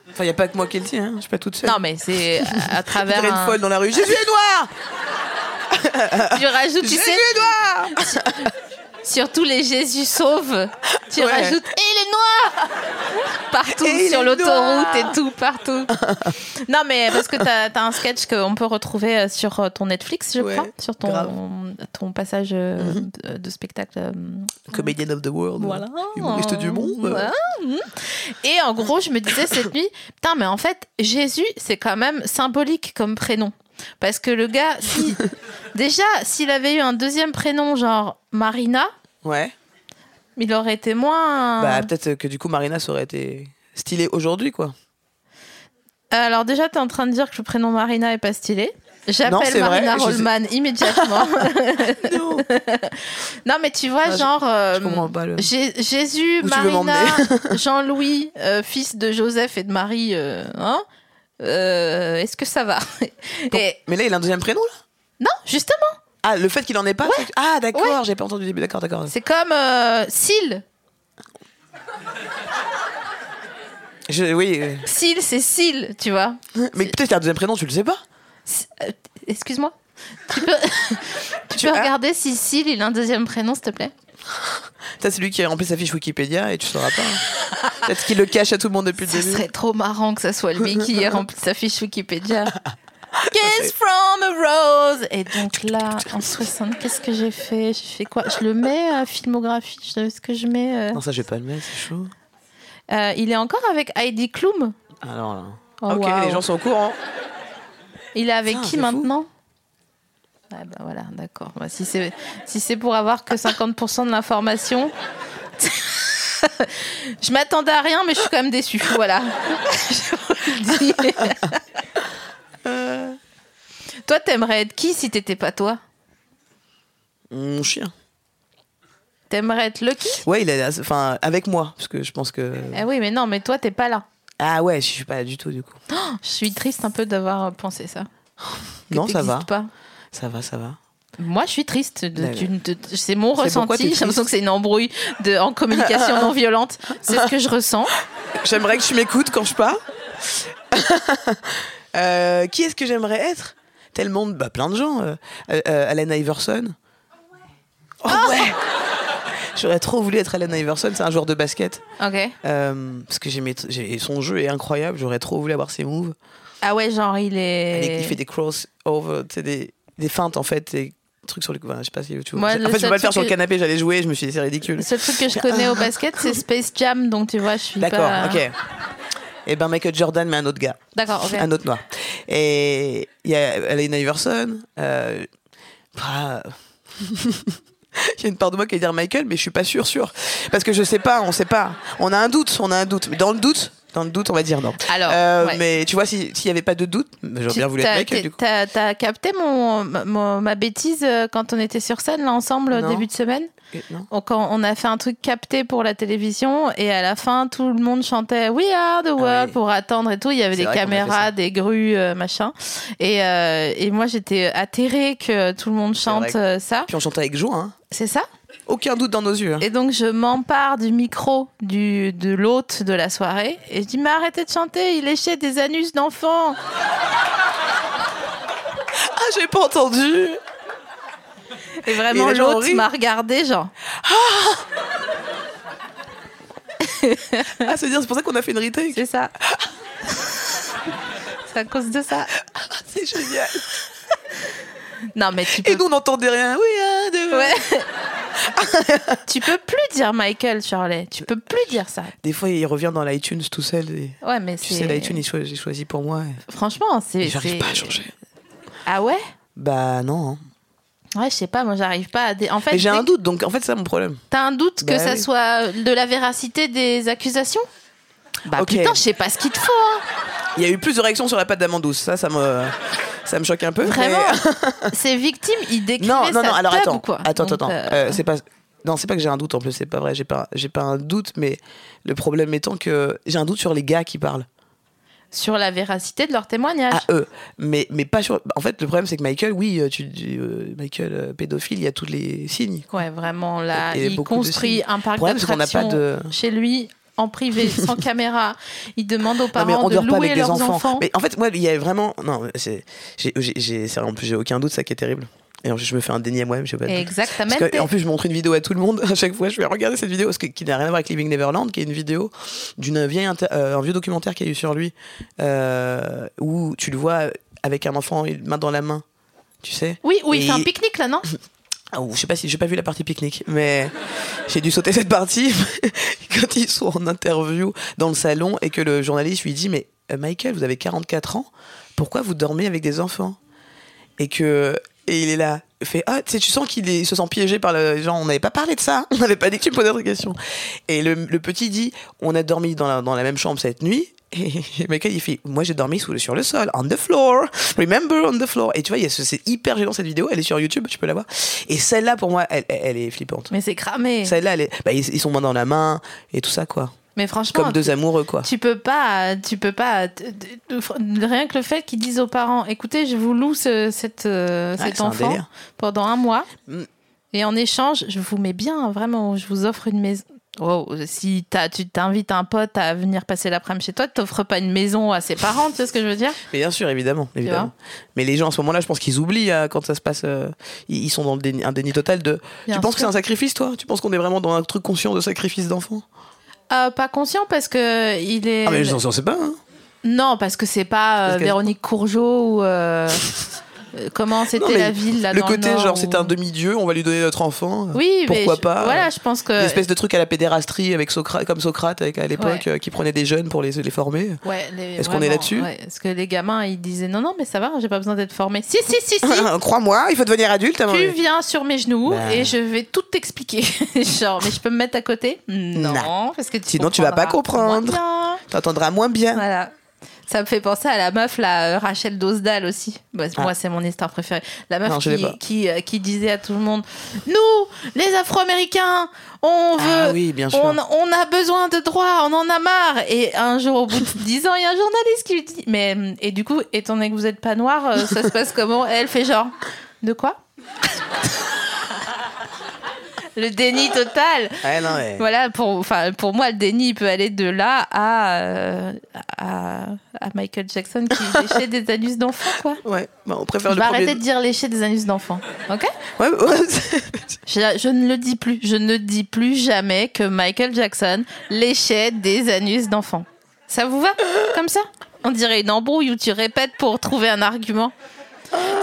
C: Enfin, y a pas que moi qui le dis, hein. Je suis pas toute seule.
B: non, mais c'est à- à
C: Je
B: travers.
C: dirais
B: un-
C: une folle dans la rue. Jésus est noir
B: Tu rajoutes, tu
C: Jésus
B: sais,
C: est noir
B: surtout les Jésus sauve. Tu
C: Ouais.
B: rajoutes, et il est noir Partout,
C: Et il
B: sur
C: est
B: l'autoroute
C: noir
B: et tout, partout. non, mais parce que t'as as un sketch qu'on peut retrouver euh, sur euh, ton Netflix, je
C: Ouais,
B: crois, sur
C: grave. Mhm.
B: ton, ton passage euh, de- de spectacle. euh,
C: Comedian of the world.
B: Voilà.
C: Oh Humoriste du monde.
B: Voilà. Mm-hmm. Et en gros, je me disais cette nuit, putain, mais en fait, Jésus, c'est quand même symbolique comme prénom. Parce que le gars, si- déjà, s'il avait eu un deuxième prénom, genre Marina,
C: Ouais.
B: il aurait été moins.
C: Bah, peut-être que du coup, Marina, ça aurait été stylé aujourd'hui, quoi.
B: Euh, Alors, déjà, t'es en train de dire que le prénom Marina est pas stylé.
C: Non,
B: J'appelle
C: c'est
B: Marina
C: vrai, je sais.
B: Rollman immédiatement.
C: Non,
B: non, mais tu vois,
C: Ouais, je-
B: genre. euh,
C: je comprends pas le.
B: Jé- Jésus,
C: Où tu veux
B: Marina, Jean-Louis, euh, fils de Joseph et de Marie, euh, hein Euh, Est-ce que ça va et,
C: Mais là, il a un deuxième prénom, là
B: Non, justement,
C: Ah, le fait qu'il en ait pas ça- Ah, d'accord, j'ai pas entendu le début. D'accord, d'accord.
B: c'est comme euh, Syl.
C: Je- Oui, euh,
B: Syl, c'est Syl, tu vois.
C: mais peut-être qu'il a un deuxième prénom, tu le sais pas
B: S- euh, Excuse-moi. Tu peux, tu
C: Tu-
B: peux
C: ah.
B: regarder si Syl, il a un deuxième prénom, s'il te plaît
C: Ça, c'est lui qui a rempli sa fiche Wikipédia et tu sauras pas. hein. Peut-être qu'il le cache à tout le monde depuis le
B: Ce
C: début.
B: serait trop marrant que ça soit lui qui ait rempli sa fiche Wikipédia. Kiss from a rose. Et donc là, en 60, qu'est-ce que j'ai fait Je fais quoi Je le mets à filmographie. Je- Est-ce que je mets euh,
C: Non, ça, je vais pas le mettre, c'est chaud.
B: euh, Il est encore avec Heidi Klum.
C: Alors là.
B: Oh,
C: ok,
B: waouh.
C: les gens sont au courant.
B: Il est avec
C: Putain,
B: qui
C: c'est fou.
B: maintenant Ah bah voilà, d'accord. Bah, si c'est si c'est pour avoir que 50% de l'information. je m'attendais à rien, mais je suis quand même déçue. Voilà. Je vous le dis. Toi, t'aimerais être qui si t'étais pas toi
C: Mon chien.
B: T'aimerais être Lucky
C: Ouais, il est là, enfin avec moi parce que je pense que
B: Eh oui, mais non, mais toi, t'es pas là.
C: ah ouais, je suis pas là du tout du coup.
B: Oh, je suis triste un peu d'avoir euh, pensé ça. Que
C: non, ça va.
B: t'existes pas.
C: Ça va, ça va.
B: Moi, je suis triste. de-
C: D'accord.
B: d'une- de- c'est mon
C: Bah C'est pourquoi t'es
B: ressenti. J'ai
C: triste
B: l'impression que c'est une embrouille de, en communication non violente. C'est ce que je ressens.
C: J'aimerais que tu m'écoutes quand je pars. Euh, qui est-ce que j'aimerais être Tellement de bah, plein de gens. Euh, euh, Alan Iverson. Oh ouais.
B: Ah
C: J'aurais trop voulu être Alan Iverson, c'est un joueur de basket.
B: Ok.
C: Euh, parce que j'aimais, t- j'ai- son jeu est incroyable, j'aurais trop voulu avoir ses moves.
B: Ah ouais, genre, il
C: Il est-
B: est.
C: Il fait des crossovers, tu sais, des, des feintes en fait, des trucs sur les coups. je sais pas si tu vois.
B: Moi,
C: en
B: le
C: fait, je peux
B: seul
C: pas le faire
B: truc
C: sur le
B: que-
C: canapé, j'allais jouer, je me suis dit c'est ridicule.
B: Le seul truc que je connais au basket, c'est Space Jam. Donc, tu vois, je suis
C: D'accord,
B: pas.
C: ok. Et ben Michael Jordan, mais un autre gars.
B: D'accord, ok.
C: Un autre noir. Et il y a Allen Iverson. euh, ah. Il y a une part de moi qui va dire Michael, mais je suis pas sûr, sûr. Parce que je sais pas, on sait pas. On a un doute, on a un doute. Mais dans le doute, Dans le doute, on va dire non.
B: Alors,
C: Euh,
B: ouais.
C: Mais tu vois, si- s'il n'y avait pas de doute, j'aurais bien voulu être
B: T'as-
C: mec.
B: t'es-
C: Du coup.
B: T'as t'as capté mon, mon- ma bêtise euh, quand on était sur scène là ensemble
C: Non.
B: début de semaine
C: Et- non.
B: on, quand on a fait un truc capté pour la télévision et à la fin tout le monde chantait We Are the World
C: Ah oui.
B: pour attendre et tout. Il y avait
C: C'est
B: des
C: vrai qu'on a fait ça.
B: caméras, des grues, euh, machin. Et, euh, et moi j'étais atterrée que tout le monde
C: vrai
B: chante
C: que-
B: euh, ça.
C: Puis on chantait avec joie. hein.
B: C'est ça
C: Aucun doute dans nos yeux. hein.
B: Et donc je m'empare du micro du, de l'hôte de la soirée et je dis mais arrêtez de chanter, il léchait des anus d'enfants.
C: Ah, j'ai pas entendu.
B: Et vraiment
C: Et les gens
B: l'hôte
C: rient.
B: m'a regardé genre
C: Ah, c'est dire, c'est pour ça qu'on a fait une retake.
B: C'est ça. C'est à cause de ça.
C: Ah, C'est génial.
B: Non, mais tu peux,
C: Et nous, on n'entendait rien. Oui, un, deux.
B: Ouais. tu peux plus dire Michael Shirley. Tu peux plus dire ça.
C: Des fois, il revient dans l'iTunes tout seul. Et...
B: Ouais, mais
C: Tu
B: c'est.
C: sais, l'iTunes, il cho- j'ai choisi pour moi. et-
B: Franchement, c'est.
C: Et j'arrive
B: c'est-
C: pas à changer.
B: Ah ouais
C: Bah non. hein.
B: Ouais, je sais pas. Moi, j'arrive pas à. dé- En fait,
C: Mais j'ai
B: dès
C: un
B: que
C: doute, donc en fait, c'est ça mon problème.
B: T'as un doute que
C: Bah
B: ça
C: oui.
B: soit de la véracité des accusations Bah
C: Ok.
B: putain, je sais pas ce qu'il te faut. hein.
C: Il y a eu plus de réactions sur la pâte d'amande douce. Ça, ça me, ça me choque un peu. mais-
B: Vraiment Ces victimes, ils décrivaient
C: Non, non,
B: sa
C: non. Alors
B: teub ou
C: attends,
B: quoi
C: attends,
B: Donc,
C: attends.
B: euh,
C: Euh, c'est pas. Non, c'est pas que j'ai un doute en plus, c'est pas vrai, j'ai pas, j'ai pas un doute, mais le problème étant que j'ai un doute sur les gars qui parlent,
B: Sur la véracité de leur témoignage.
C: à eux, mais, mais pas sur. En fait, le problème c'est que Michael, oui, euh, tu, tu- euh, Michael euh, pédophile, il y a tous les signes.
B: Ouais, vraiment, là,
C: Et
B: il
C: beaucoup de
B: construit
C: signes.
B: un parc
C: Problème, c'est qu'on n'a pas
B: d'attractions
C: de-
B: chez lui, en privé, sans caméra. Il demande aux
C: Non,
B: parents
C: mais on
B: de
C: dort
B: louer
C: pas avec des
B: leurs
C: enfants.
B: enfants.
C: Mais en fait, moi, il y a vraiment. Non, c'est. j'ai- j'ai- j'ai- c'est vrai, en plus, j'ai aucun doute, ça qui est terrible. Et en plus, je me fais un déni à moi-même, je sais pas.
B: Exactement.
C: Parce que, en plus, je montre une vidéo à tout le monde. À chaque fois, je vais regarder cette vidéo, parce que- qui n'a rien à voir avec Living Neverland, qui est une vidéo d'une vieille inter- euh, un vieux documentaire qu'il y a eu sur lui, euh, où tu le vois avec un enfant, une main dans la main. Tu sais
B: Oui, oui, il
C: Et
B: fait un pique-nique là, non
C: ah, ou je sais pas si j'ai pas vu la partie pique-nique, mais j'ai dû sauter cette partie quand ils sont en interview dans le salon et que le journaliste lui dit mais euh, Michael vous avez 44 ans, pourquoi vous dormez avec des enfants Et que et il est là il fait ah tu sais tu sens qu'il est- il se sent piégé par le genre on n'avait pas parlé de ça on n'avait pas dit que tu me posais des questions et le, le petit dit on a dormi dans la, dans la même chambre cette nuit et Michael il fait moi j'ai dormi sous le- sur le sol on the floor remember on the floor et tu vois il y a ce- c'est hyper gênant cette vidéo elle est sur YouTube tu peux la voir et celle-là pour moi elle, elle- elle est flippante
B: Mais c'est cramé.
C: celle-là elle est- bah, ils, ils sont main dans la main et tout ça quoi
B: Mais franchement,
C: comme deux
B: tu,
C: amoureux quoi
B: tu peux pas, tu peux pas. t- t- t- Rien que le fait qu'ils disent aux parents, écoutez, je vous loue ce- cette, euh,
C: Ouais,
B: cet
C: c'est un
B: enfant
C: délire.
B: pendant un mois,
C: Mm.
B: et en échange, je vous mets bien, hein, vraiment, je vous offre une maison. Oh, si t'as- tu t'invites un pote à venir passer l'après-midi chez toi, t'offres pas une maison à ses parents, tu sais ce que je veux dire
C: Mais bien sûr, évidemment. évidemment.
B: vois
C: Mais les gens, à ce moment-là, je pense qu'ils oublient euh, quand ça se passe. euh, ils ils sont dans le déni- un déni total de.
B: Bien
C: tu penses que
B: sûr.
C: c'est un sacrifice, toi Tu penses qu'on est vraiment dans un truc conscient de sacrifice d'enfant
B: Euh, Pas conscient parce que il est.
C: Ah, mais je n'en sais pas. hein.
B: Non, parce que c'est pas euh,
C: Parce que-
B: Véronique Courgeot ou. euh, euh, Comment
C: Non,
B: c'était
C: mais
B: la ville là
C: Le
B: Bah, dans
C: côté,
B: Nord
C: genre,
B: où-
C: c'est un demi-dieu, on va lui donner notre enfant. euh,
B: Oui, mais
C: Pourquoi
B: je-
C: pas euh,
B: Voilà, je euh, pense que.
C: Une espèce de truc à la pédérastrie avec Socrate, comme Socrate avec, à l'époque
B: Ouais.
C: euh, qui prenait des jeunes pour les, les former.
B: Ouais, les-
C: Est-ce qu'on est
B: vraiment,
C: là-dessus
B: ouais. Parce que les gamins, ils disaient non, non, mais ça va, j'ai pas besoin d'être formé. Si, si, si, si,
C: Crois-moi, il faut devenir adulte avant.
B: tu viens sur mes genoux
C: Bah.
B: et je vais tout t'expliquer. Genre, mais je peux me mettre à côté Non,
C: Non.
B: parce que tu
C: Sinon, tu vas pas
B: comprendras
C: comprendre.
B: moins bien.
C: T'entendras moins bien.
B: Voilà. Ça me fait penser à la meuf, la euh, Rachel Dosdal aussi. Bah, c'est-
C: Ah.
B: Moi, c'est mon histoire préférée. La meuf
C: Non, je l'ai
B: qui,
C: pas.
B: qui, euh, qui disait à tout le monde Nous, les Afro-Américains, on veut.
C: Ah oui, bien sûr.
B: On, on a besoin de droits, on en a marre. Et un jour, au bout de 10 ans, il y a un journaliste qui lui dit Mais, hum, et du coup, étant donné que vous n'êtes pas noir, euh, ça se passe comment Et Elle fait genre De quoi Le déni total.
C: Ouais, Eh non, mais-
B: Voilà, pour, enfin, pour moi, le déni il peut aller de là à, euh, à, à Michael Jackson qui léchait des anus d'enfants, quoi.
C: Ouais, bah, on
B: Je
C: préfère
B: vais
C: le premier.
B: arrêter de dire lécher des anus d'enfants, ok
C: Ouais, ouais,
B: je, je ne le dis plus. Je ne dis plus jamais que Michael Jackson léchait des anus d'enfants. Ça vous va Comme ça On dirait une embrouille où tu répètes pour trouver un argument.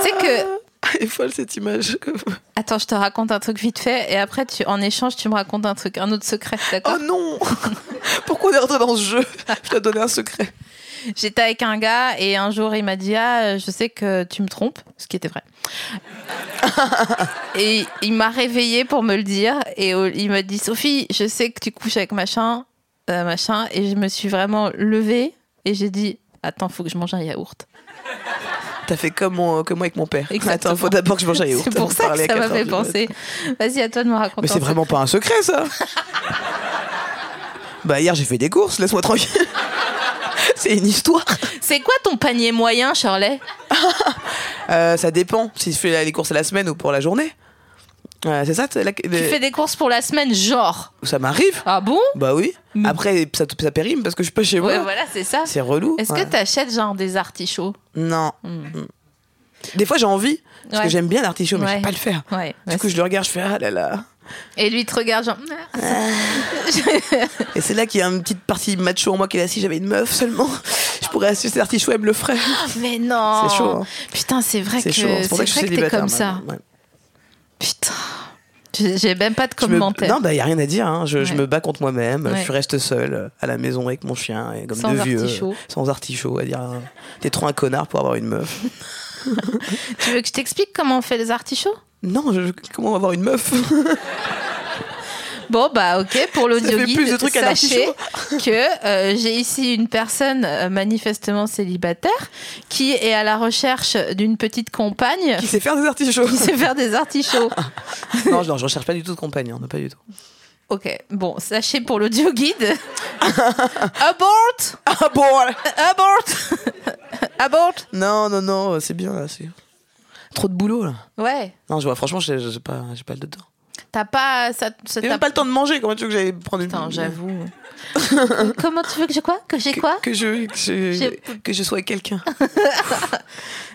B: C'est que
C: Elle est folle cette image.
B: Attends, je te raconte un truc vite fait et après, tu, en échange, tu me racontes un truc, un autre secret, d'accord
C: Oh non Pourquoi on est rentré dans ce jeu Je dois donner un secret.
B: J'étais avec un gars et un jour il m'a dit ah euh, je sais que tu me trompes ce qui était vrai. et il m'a réveillée pour me le dire et au- il m'a dit Sophie je sais que tu couches avec machin euh, machin, et je me suis vraiment levée et j'ai dit Attends, faut que je mange un yaourt.
C: T'as fait comme, mon- euh, comme moi avec mon père.
B: Exactement.
C: Attends, faut d'abord que je mange un yaourt.
B: C'est pour
C: On
B: ça que
C: parlait à
B: ça m'a
C: 4 heures
B: fait
C: du
B: penser.
C: matin.
B: Vas-y, à toi de me raconter.
C: Mais
B: un
C: c'est
B: truc.
C: vraiment pas un secret, ça. bah, hier, j'ai fait des courses, laisse-moi tranquille. c'est une histoire.
B: C'est quoi ton panier moyen, Shirley
C: Euh, ça dépend si je fais les courses à la semaine ou pour la journée. Euh, c'est ça, c'est la-
B: Tu fais des courses pour la semaine, genre
C: ça m'arrive.
B: Ah bon
C: Bah oui.
B: Mm.
C: Après, ça, ça périme parce que je suis pas chez moi.
B: Ouais, voilà, c'est ça.
C: C'est relou.
B: Est-ce
C: ouais.
B: que t'achètes genre des artichauts
C: Non. Mm. Des fois, j'ai envie parce
B: Ouais.
C: que j'aime bien l'artichaut, mais je
B: Ouais.
C: vais pas le faire.
B: Ouais.
C: Du coup, je le regarde, je fais ah là là.
B: Et lui, il te regarde genre. Ah,
C: Et c'est là qu'il y a une petite partie macho en moi qui est là. Si j'avais une meuf seulement, je pourrais assumer l'artichaut, elle me le ferait.
B: Mais non
C: C'est chaud, hein.
B: Putain, c'est vrai que
C: C'est chaud.
B: c'est
C: C'est pour ça
B: vrai
C: que je
B: que
C: suis
B: t'es
C: célibataire,
B: comme ça.
C: maintenant. Ouais.
B: Putain. J'ai j'ai même pas de
C: Je me-
B: commentaire.
C: Non, bah, y a rien à dire. hein. Je, je
B: Ouais.
C: me bats contre moi-même.
B: Ouais.
C: Je reste seule euh, à la maison avec mon chien, et comme
B: Sans
C: deux vieux,
B: artichaut.
C: euh, sans artichaut, à dire euh, t'es trop un connard pour avoir une meuf.
B: Tu veux que je t'explique comment on fait les artichauts
C: Non, je- comment avoir une meuf
B: Bon, bah ok, pour l'audio
C: fait plus
B: guide,
C: de trucs à
B: sachez que euh, j'ai ici une personne euh, manifestement célibataire qui est à la recherche d'une petite compagne
C: qui sait faire des artichauts
B: qui sait faire des artichauts.
C: Non, je- non, je recherche pas du tout de compagne, hein, pas du tout.
B: Ok, bon, sachez pour l'audio guide. abort
C: Ah bon
B: Abort Abort
C: Non, non, non, euh, c'est bien là. c'est- Trop de boulot là.
B: Ouais,
C: Non, je vois, franchement, j'ai j'ai pas, j'ai pas le temps.
B: t'as pas. Ça, ça
C: J'ai
B: t'a-
C: même pas le temps de manger, comment tu veux que j'aille prendre une.
B: Putain, j'avoue. Comment tu veux que j'ai quoi Que j'ai quoi
C: que je, que, je,
B: J'ai-
C: que je sois avec quelqu'un.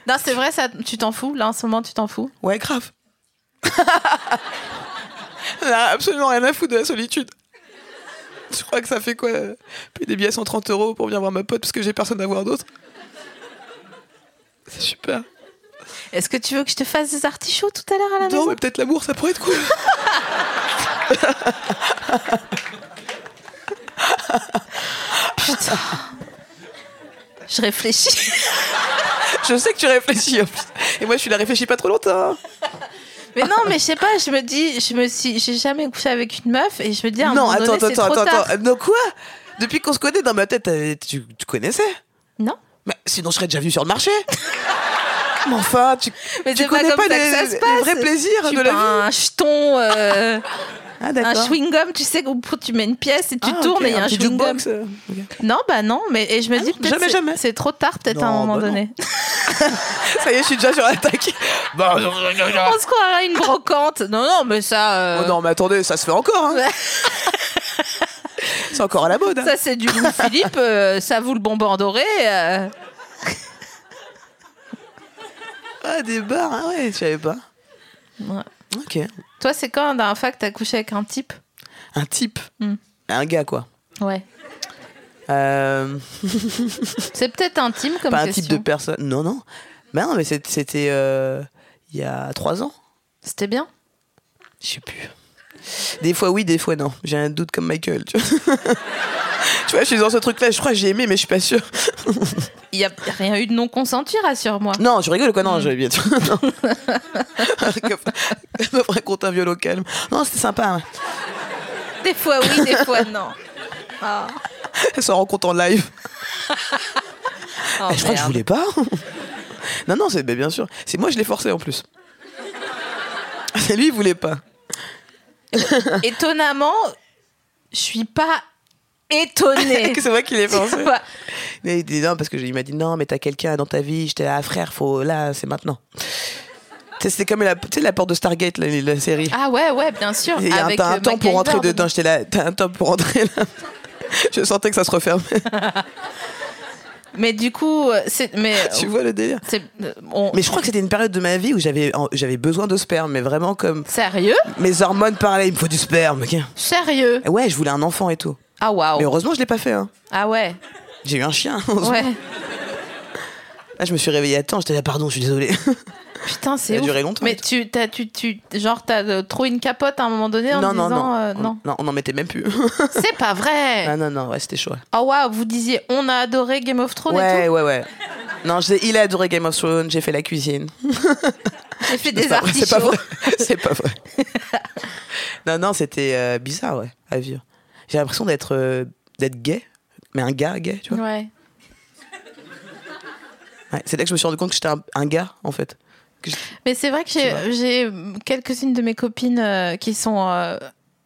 B: Non, c'est vrai, ça, tu t'en fous. Là, en ce moment, tu t'en fous.
C: Ouais, grave. On a absolument rien à foutre de la solitude. Je crois que ça fait quoi euh, Payer des billets à 130 euros pour venir voir ma pote parce que j'ai personne à voir d'autre. C'est super.
B: Est-ce que tu veux que je te fasse des artichauts tout à l'heure à la
C: Non,
B: maison
C: mais peut-être l'amour, ça pourrait être cool.
B: Putain. Je réfléchis.
C: Je sais que tu réfléchis. en plus. Et moi, je suis là, réfléchis pas trop longtemps.
B: Mais non, mais je sais pas, je me dis, je me suis, j'ai jamais couché avec une meuf et je me dis, à un
C: non,
B: moment
C: attends,
B: donné,
C: attends,
B: c'est trop
C: attends,
B: tard.
C: attends. Non, quoi Depuis qu'on se connaît, dans ma tête, euh, tu, tu connaissais
B: Non.
C: Mais sinon, je serais déjà venu sur le marché. mais enfin, tu,
B: Mais
C: tu
B: c'est pas
C: connais
B: comme
C: pas,
B: ça
C: les,
B: que ça se
C: les
B: passe.
C: vrais
B: Je
C: plaisirs
B: suis
C: de la
B: pas
C: vie.
B: un jeton, euh,
C: Ah,
B: un chewing-gum, tu sais, où tu mets une pièce et tu tournes et il y a un, chewing-gum. Non, bah non, mais et je me dis,
C: non,
B: peut-être
C: jamais,
B: c'est-
C: jamais.
B: c'est trop tard, peut-être à un
C: Non,
B: moment
C: bah non.
B: donné.
C: Ça y est, je suis déjà sur l'attaque. Bah, non, non, non, non.
B: On se croirait une brocante. Non, non, mais ça. euh,
C: Oh non, mais attendez, ça se fait encore. hein. c'est encore à la mode. hein.
B: Ça, c'est du Louis Philippe, euh, ça vous le bonbon doré. euh.
C: Ah, des bars, ah ouais, je savais pas.
B: Ouais.
C: Ok.
B: Toi, c'est quand la dernière fois que t'as couché avec un type
C: Un type.
B: Hmm.
C: Un gars, quoi.
B: Ouais.
C: Euh,
B: C'est peut-être intime comme
C: pas un
B: question.
C: type de personne. Non, non. Mais non, mais c'est- c'était euh, il y a trois ans.
B: C'était bien.
C: Je sais plus. Des fois oui, des fois non. J'ai un doute comme Michael. Tu vois, Tu vois, je suis dans ce truc-là. Je crois que j'ai aimé, mais je suis pas sûre.
B: Il n'y a rien eu de non consenti, rassure-moi.
C: Non, je rigole quoi Non,
B: Mm.
C: je bien. Non. Elle me raconte un violon calme. Non, c'était sympa. hein. ouais.
B: Des fois oui, des fois non. Ah.
C: Elle s'en rend compte en live.
B: Oh,
C: Eh, je crois que je
B: merde.
C: voulais pas. non, non, c'est mais bien sûr. C'est moi, je l'ai forcé en plus. C'est lui, il voulait pas.
B: Oh, Étonnamment, je suis pas étonnée.
C: c'est moi qui l'ai
B: Tu
C: forcé.
B: vois.
C: Mais il dit non, parce que je- il m'a dit non, mais t'as quelqu'un dans ta vie, j'étais là, ah, frère, faut là, c'est maintenant. Tu sais, C'était comme la, tu sais, la porte de Stargate, la, la série.
B: Ah ouais, ouais, bien sûr.
C: Il y a un,
B: avec,
C: t'as un
B: euh,
C: temps pour
B: MacGyver
C: rentrer
B: dedans.
C: dedans, j'étais là, t'as un temps pour rentrer là. Je sentais que ça se refermait.
B: Ah Mais du coup, euh, c'est. Mais,
C: tu vois le délire.
B: c'est- euh, on-
C: Mais je crois que c'était une période de ma vie où j'avais en- j'avais besoin de sperme, mais vraiment comme
B: Sérieux
C: mes hormones parlaient, il me faut du sperme. ok.
B: Sérieux
C: Et Ouais, je voulais un enfant et tout.
B: Ah
C: Mais
B: waouh.
C: heureusement, je l'ai pas fait. hein.
B: Ah ouais.
C: J'ai eu un chien. heureusement.
B: Ouais.
C: Là, je me suis réveillée à temps, j'étais là, pardon, je suis désolée.
B: Putain,
C: Ça
B: c'est
C: a
B: ouf.
C: duré longtemps,
B: Mais
C: et tout.
B: tu, t'as, tu, tu, genre, t'as euh, trop une capote à un moment donné en
C: non,
B: disant
C: non, non.
B: euh,
C: On- non, on n'en mettait même plus.
B: c'est pas vrai.
C: ah non, non, ouais, c'était chaud. ouais.
B: Oh waouh, vous disiez on a adoré Game of Thrones et
C: Ouais,
B: tout.
C: ouais, ouais. Non, j'ai- il a adoré Game of Thrones, j'ai fait la cuisine.
B: J'ai fait
C: C'est
B: des
C: pas vrai, C'est pas
B: artichauts.
C: vrai. C'est pas vrai. non, non, c'était euh, bizarre, ouais, à vivre. J'ai l'impression d'être euh, d'être gay, mais un gars gay, tu vois.
B: Ouais.
C: Ouais, c'est là que je me suis rendu compte que j'étais un, un gars, en fait. Que je-
B: Mais c'est vrai que
C: Tu vois.
B: j'ai- j'ai quelques-unes de mes copines euh, qui sont euh,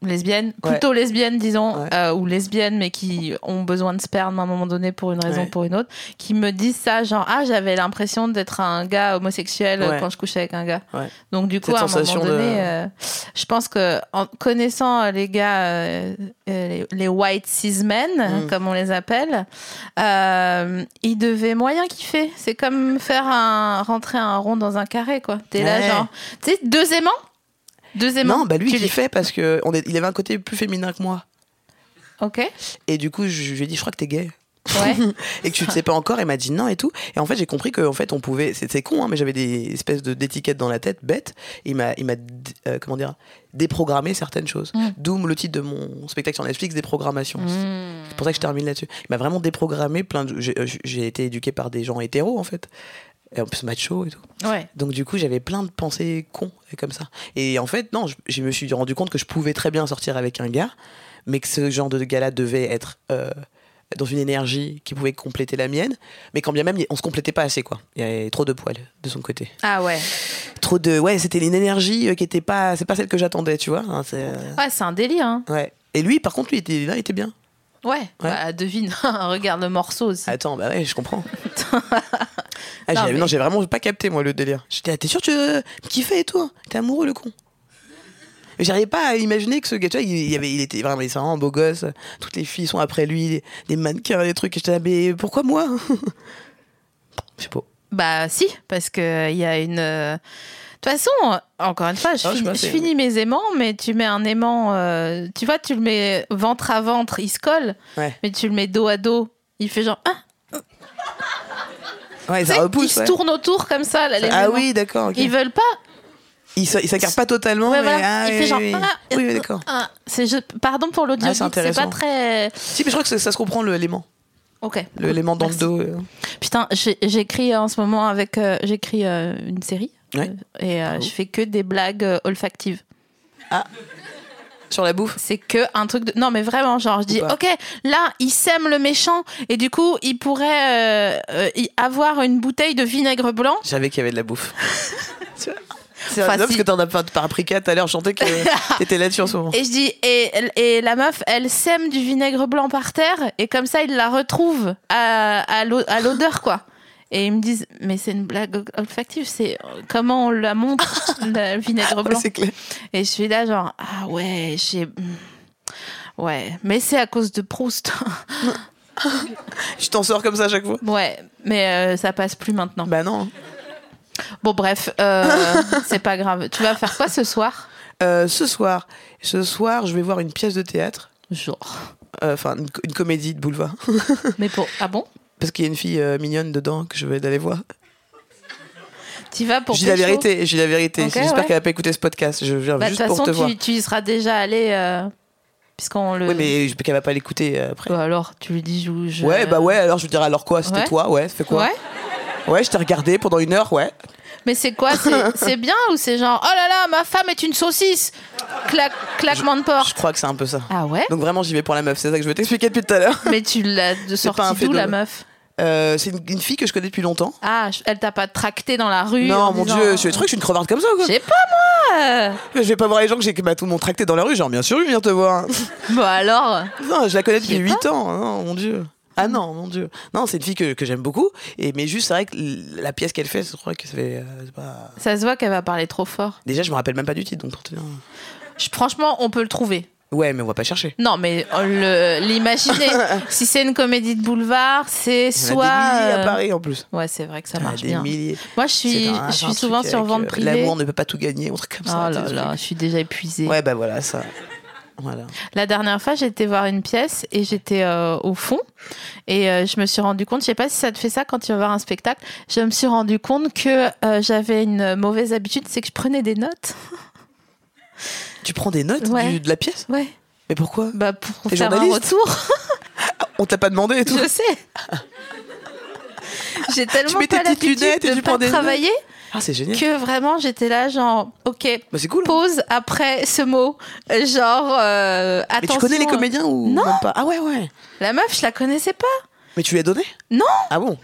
B: lesbiennes, plutôt lesbiennes, disons,
C: Ouais.
B: euh, ou lesbiennes, mais qui ont besoin de sperme à un moment donné pour une raison
C: Ouais.
B: ou pour une autre, qui me disent ça, genre, ah, j'avais l'impression d'être un gars homosexuel euh,
C: Ouais.
B: quand je couchais avec un gars.
C: Ouais.
B: Donc, du coup,
C: Cette
B: à un
C: sensation
B: moment
C: de-
B: donné, euh, je pense que en connaissant euh, les gars, euh, euh, les, les white cis men,
C: Mm.
B: comme on les appelle, euh, ils devaient moyen kiffer. C'est comme faire un rentrer un rond dans un carré, quoi. T'es
C: Ouais.
B: là, genre, tu sais, deux aimants, deux aimants.
C: Non, bah lui,
B: Tu
C: il
B: les-
C: kiffait parce que on est, il avait un côté plus féminin que moi.
B: Ok.
C: Et du coup, je lui ai dit, je crois que t'es gay.
B: Ouais.
C: et que tu ne sais pas encore. Elle m'a dit non et tout. Et en fait, j'ai compris que en fait, on pouvait. C'était con, hein, mais j'avais des espèces de d'étiquettes dans la tête, bête. Il m'a, il m'a, d- euh, comment dire, déprogrammé certaines choses.
B: Mm.
C: D'où le titre de mon spectacle sur Netflix, déprogrammation.
B: Mm.
C: C'est pour ça que je termine là-dessus. Il m'a vraiment déprogrammé. Plein de. J'ai, euh, j'ai été éduqué par des gens hétéros en fait. Et en plus macho et tout.
B: Ouais.
C: Donc du coup, j'avais plein de pensées cons et comme ça. Et en fait, non, je, je me suis rendu compte que je pouvais très bien sortir avec un gars, mais que ce genre de gars-là devait être euh, dans une énergie qui pouvait compléter la mienne. Mais quand bien même, on se complétait pas assez, quoi. Il y avait trop de poils de son côté.
B: Ah ouais.
C: Trop de, ouais, c'était une énergie euh, qui était pas, c'est pas celle que j'attendais, tu vois. hein, c'est, euh,
B: Ouais, c'est un délire. Hein.
C: ouais. Et lui, par contre, lui, était, là, il était bien.
B: Ouais. Bah, devine. Regarde le morceau aussi.
C: Attends, bah ouais, je comprends. Ah, j'ai-
B: Non,
C: non,
B: mais-
C: j'ai vraiment pas capté, moi, le délire. J'étais, ah, t'es sûr que tu veux me kiffer et toi T'es amoureux, le con Mais J'arrivais pas à imaginer que ce gars, tu vois, il, il avait, il était vraiment, il était vraiment un beau gosse. Toutes les filles sont après lui, des- des mannequins, des trucs. Et J'étais, ah, mais pourquoi moi Je sais pas.
B: Bah si, parce que il y a une. euh, De toute façon, euh, encore une fois, je,
C: Ah, je
B: finis,
C: sais pas,
B: je
C: c'est-
B: finis mes aimants, mais tu mets un aimant, euh, tu vois, tu le mets ventre à ventre, il se colle,
C: Ouais,
B: mais tu le mets dos à dos, il fait genre, ah,
C: ouais
B: tu sais,
C: ça repousse.
B: il se
C: ouais.
B: tourne autour comme ça, là, les
C: Ah
B: aimants.
C: oui, d'accord. ok.
B: Ils veulent pas.
C: Il, se- il s'écarte pas totalement.
B: Ouais,
C: mais,
B: voilà.
C: ah,
B: il
C: oui,
B: fait genre,
C: oui, oui.
B: ah,
C: Oui, oui, d'accord.
B: ah. C'est je- pardon pour l'audio,
C: Ah, c'est
B: geek, c'est pas
C: intéressant.
B: très.
C: Si, mais je crois que ça, ça se comprend l'élément.
B: Ok.
C: L'élément dans
B: Merci.
C: le dos. euh.
B: Putain, j'ai- j'écris en ce moment avec, euh, j'écris euh, une série
C: Ouais. Ah, oh.
B: euh, et euh, je fais que des blagues euh, olfactives.
C: Sur la bouffe.
B: C'est que un truc de. Non, mais vraiment, genre, je dis,
C: pas.
B: ok, là, il sème le méchant, et du coup, il pourrait euh, euh, y avoir une bouteille de vinaigre blanc.
C: J'avais qu'il y avait de la bouffe. Tu vois c'est
B: Enfin,
C: vrai, parce
B: si.
C: que t'en as pas par paprika tout à l'heure, je chantais que t'étais là-dessus en ce moment.
B: Et je dis, et, et la meuf, elle sème du vinaigre blanc par terre, et comme ça, il la retrouve à, à l'o- à l'odeur, quoi. Et ils me disent, mais c'est une blague olfactive, c'est euh, comment on la montre, le vinaigre
C: Ouais,
B: blanc.
C: c'est clair.
B: Et je suis là, genre, ah ouais, j'ai. hmm. Ouais, mais c'est à cause de Proust.
C: Je t'en sors comme ça à chaque fois.
B: ouais, mais euh, ça passe plus maintenant.
C: Bah non.
B: Bon, bref, euh, c'est pas grave. Tu vas faire quoi ce soir
C: Euh, ce soir, ce soir, je vais voir une pièce de théâtre,
B: Genre.
C: euh, enfin une, co- une comédie de boulevard,
B: Mais pour. Ah bon
C: parce qu'il y a une fille euh, mignonne dedans que je vais aller voir.
B: Tu vas pour.
C: J'ai la
B: pécho
C: vérité, j'ai la vérité.
B: Ok,
C: J'espère
B: ouais.
C: qu'elle a pas écouté ce podcast. Je viens
B: Bah, De toute
C: juste pour te
B: façon,
C: voir.
B: tu, tu y seras déjà allé. euh, Puisqu'on le.
C: Oui, mais je- qu'elle va pas l'écouter euh, après.
B: Bah alors, tu lui dis, je. je-
C: Ouais, bah ouais. Alors je lui dirais alors quoi C'était
B: Ouais.
C: toi, ouais. Ça fait quoi
B: Ouais.
C: Ouais, je t'ai regardé pendant une heure, ouais.
B: Mais c'est quoi C'est c'est bien ou c'est genre, oh là là, ma femme est une saucisse Clac, Claquement de
C: Je
B: porte.
C: crois que c'est un peu ça.
B: Ah ouais
C: Donc vraiment, j'y vais pour la meuf. C'est ça que je veux t'expliquer depuis tout à l'heure.
B: Mais tu l'as de
C: pas un
B: sortie
C: fait
B: d'où,
C: de-
B: la meuf
C: Euh, c'est une, une fille que je connais depuis longtemps.
B: Ah, je- elle t'a pas tracté dans la rue
C: non,
B: en
C: mon
B: disant, euh,
C: dieu, je suis truc, je suis une crevarde comme ça, quoi.
B: Je sais pas, moi
C: Je vais pas voir les gens que j'ai que bah, tout mon tracté dans la rue, genre bien sûr, je viens te voir.
B: Bon alors
C: non, je la connais depuis
B: sais
C: 8 ans, non, mon dieu. Ah non, mon dieu. Non, c'est une fille que, que j'aime beaucoup, et, mais juste, c'est vrai que l- la pièce qu'elle fait, je crois que ça fait. euh, c'est pas-
B: Ça se voit qu'elle va parler trop fort.
C: Déjà, je me rappelle même pas du titre, donc pour te dire.
B: Je- franchement, on peut le trouver.
C: Ouais, mais on va pas chercher.
B: Non, mais on le- l'imaginer. si c'est une comédie de boulevard,
C: Il y en
B: c'est
C: a
B: soit.
C: des milliers à
B: euh,
C: Paris en plus.
B: Ouais, c'est vrai que ça
C: Il y en a
B: marche
C: des
B: bien.
C: milliers.
B: Moi, je
C: C'est
B: suis,
C: un-
B: je
C: c'est un
B: suis souvent
C: truc
B: sur
C: avec,
B: vente
C: euh,
B: privée.
C: L'amour ne peut pas tout gagner, un truc comme ça.
B: Oh
C: tu
B: là
C: sais,
B: là, je suis déjà épuisée.
C: Ouais, bah voilà, ça. Voilà.
B: La dernière fois, j'étais voir une pièce et j'étais euh, au fond et euh, je me suis rendu compte, je sais pas si ça te fait ça quand tu vas voir un spectacle, je me suis rendu compte que euh, j'avais une mauvaise habitude, c'est que je prenais des notes.
C: Tu prends des notes
B: Ouais.
C: du- de la pièce
B: Ouais.
C: Mais pourquoi
B: Bah pour
C: T'es
B: faire un
C: journaliste
B: retour,
C: On t'a pas demandé et tout
B: je sais. J'ai tellement
C: mets tes
B: pas
C: petites
B: l'habitude
C: lunettes et
B: de
C: tu
B: pas
C: prends des
B: travailler
C: Ah, c'est génial.
B: que vraiment j'étais là genre ok
C: Bah, c'est cool. hein.
B: pause après ce mot Euh, genre euh,
C: Mais
B: attention
C: tu connais les comédiens ou
B: Non.
C: même pas Ah ouais, ouais.
B: la meuf je la connaissais pas
C: Mais tu lui as donné
B: Non.
C: Ah bon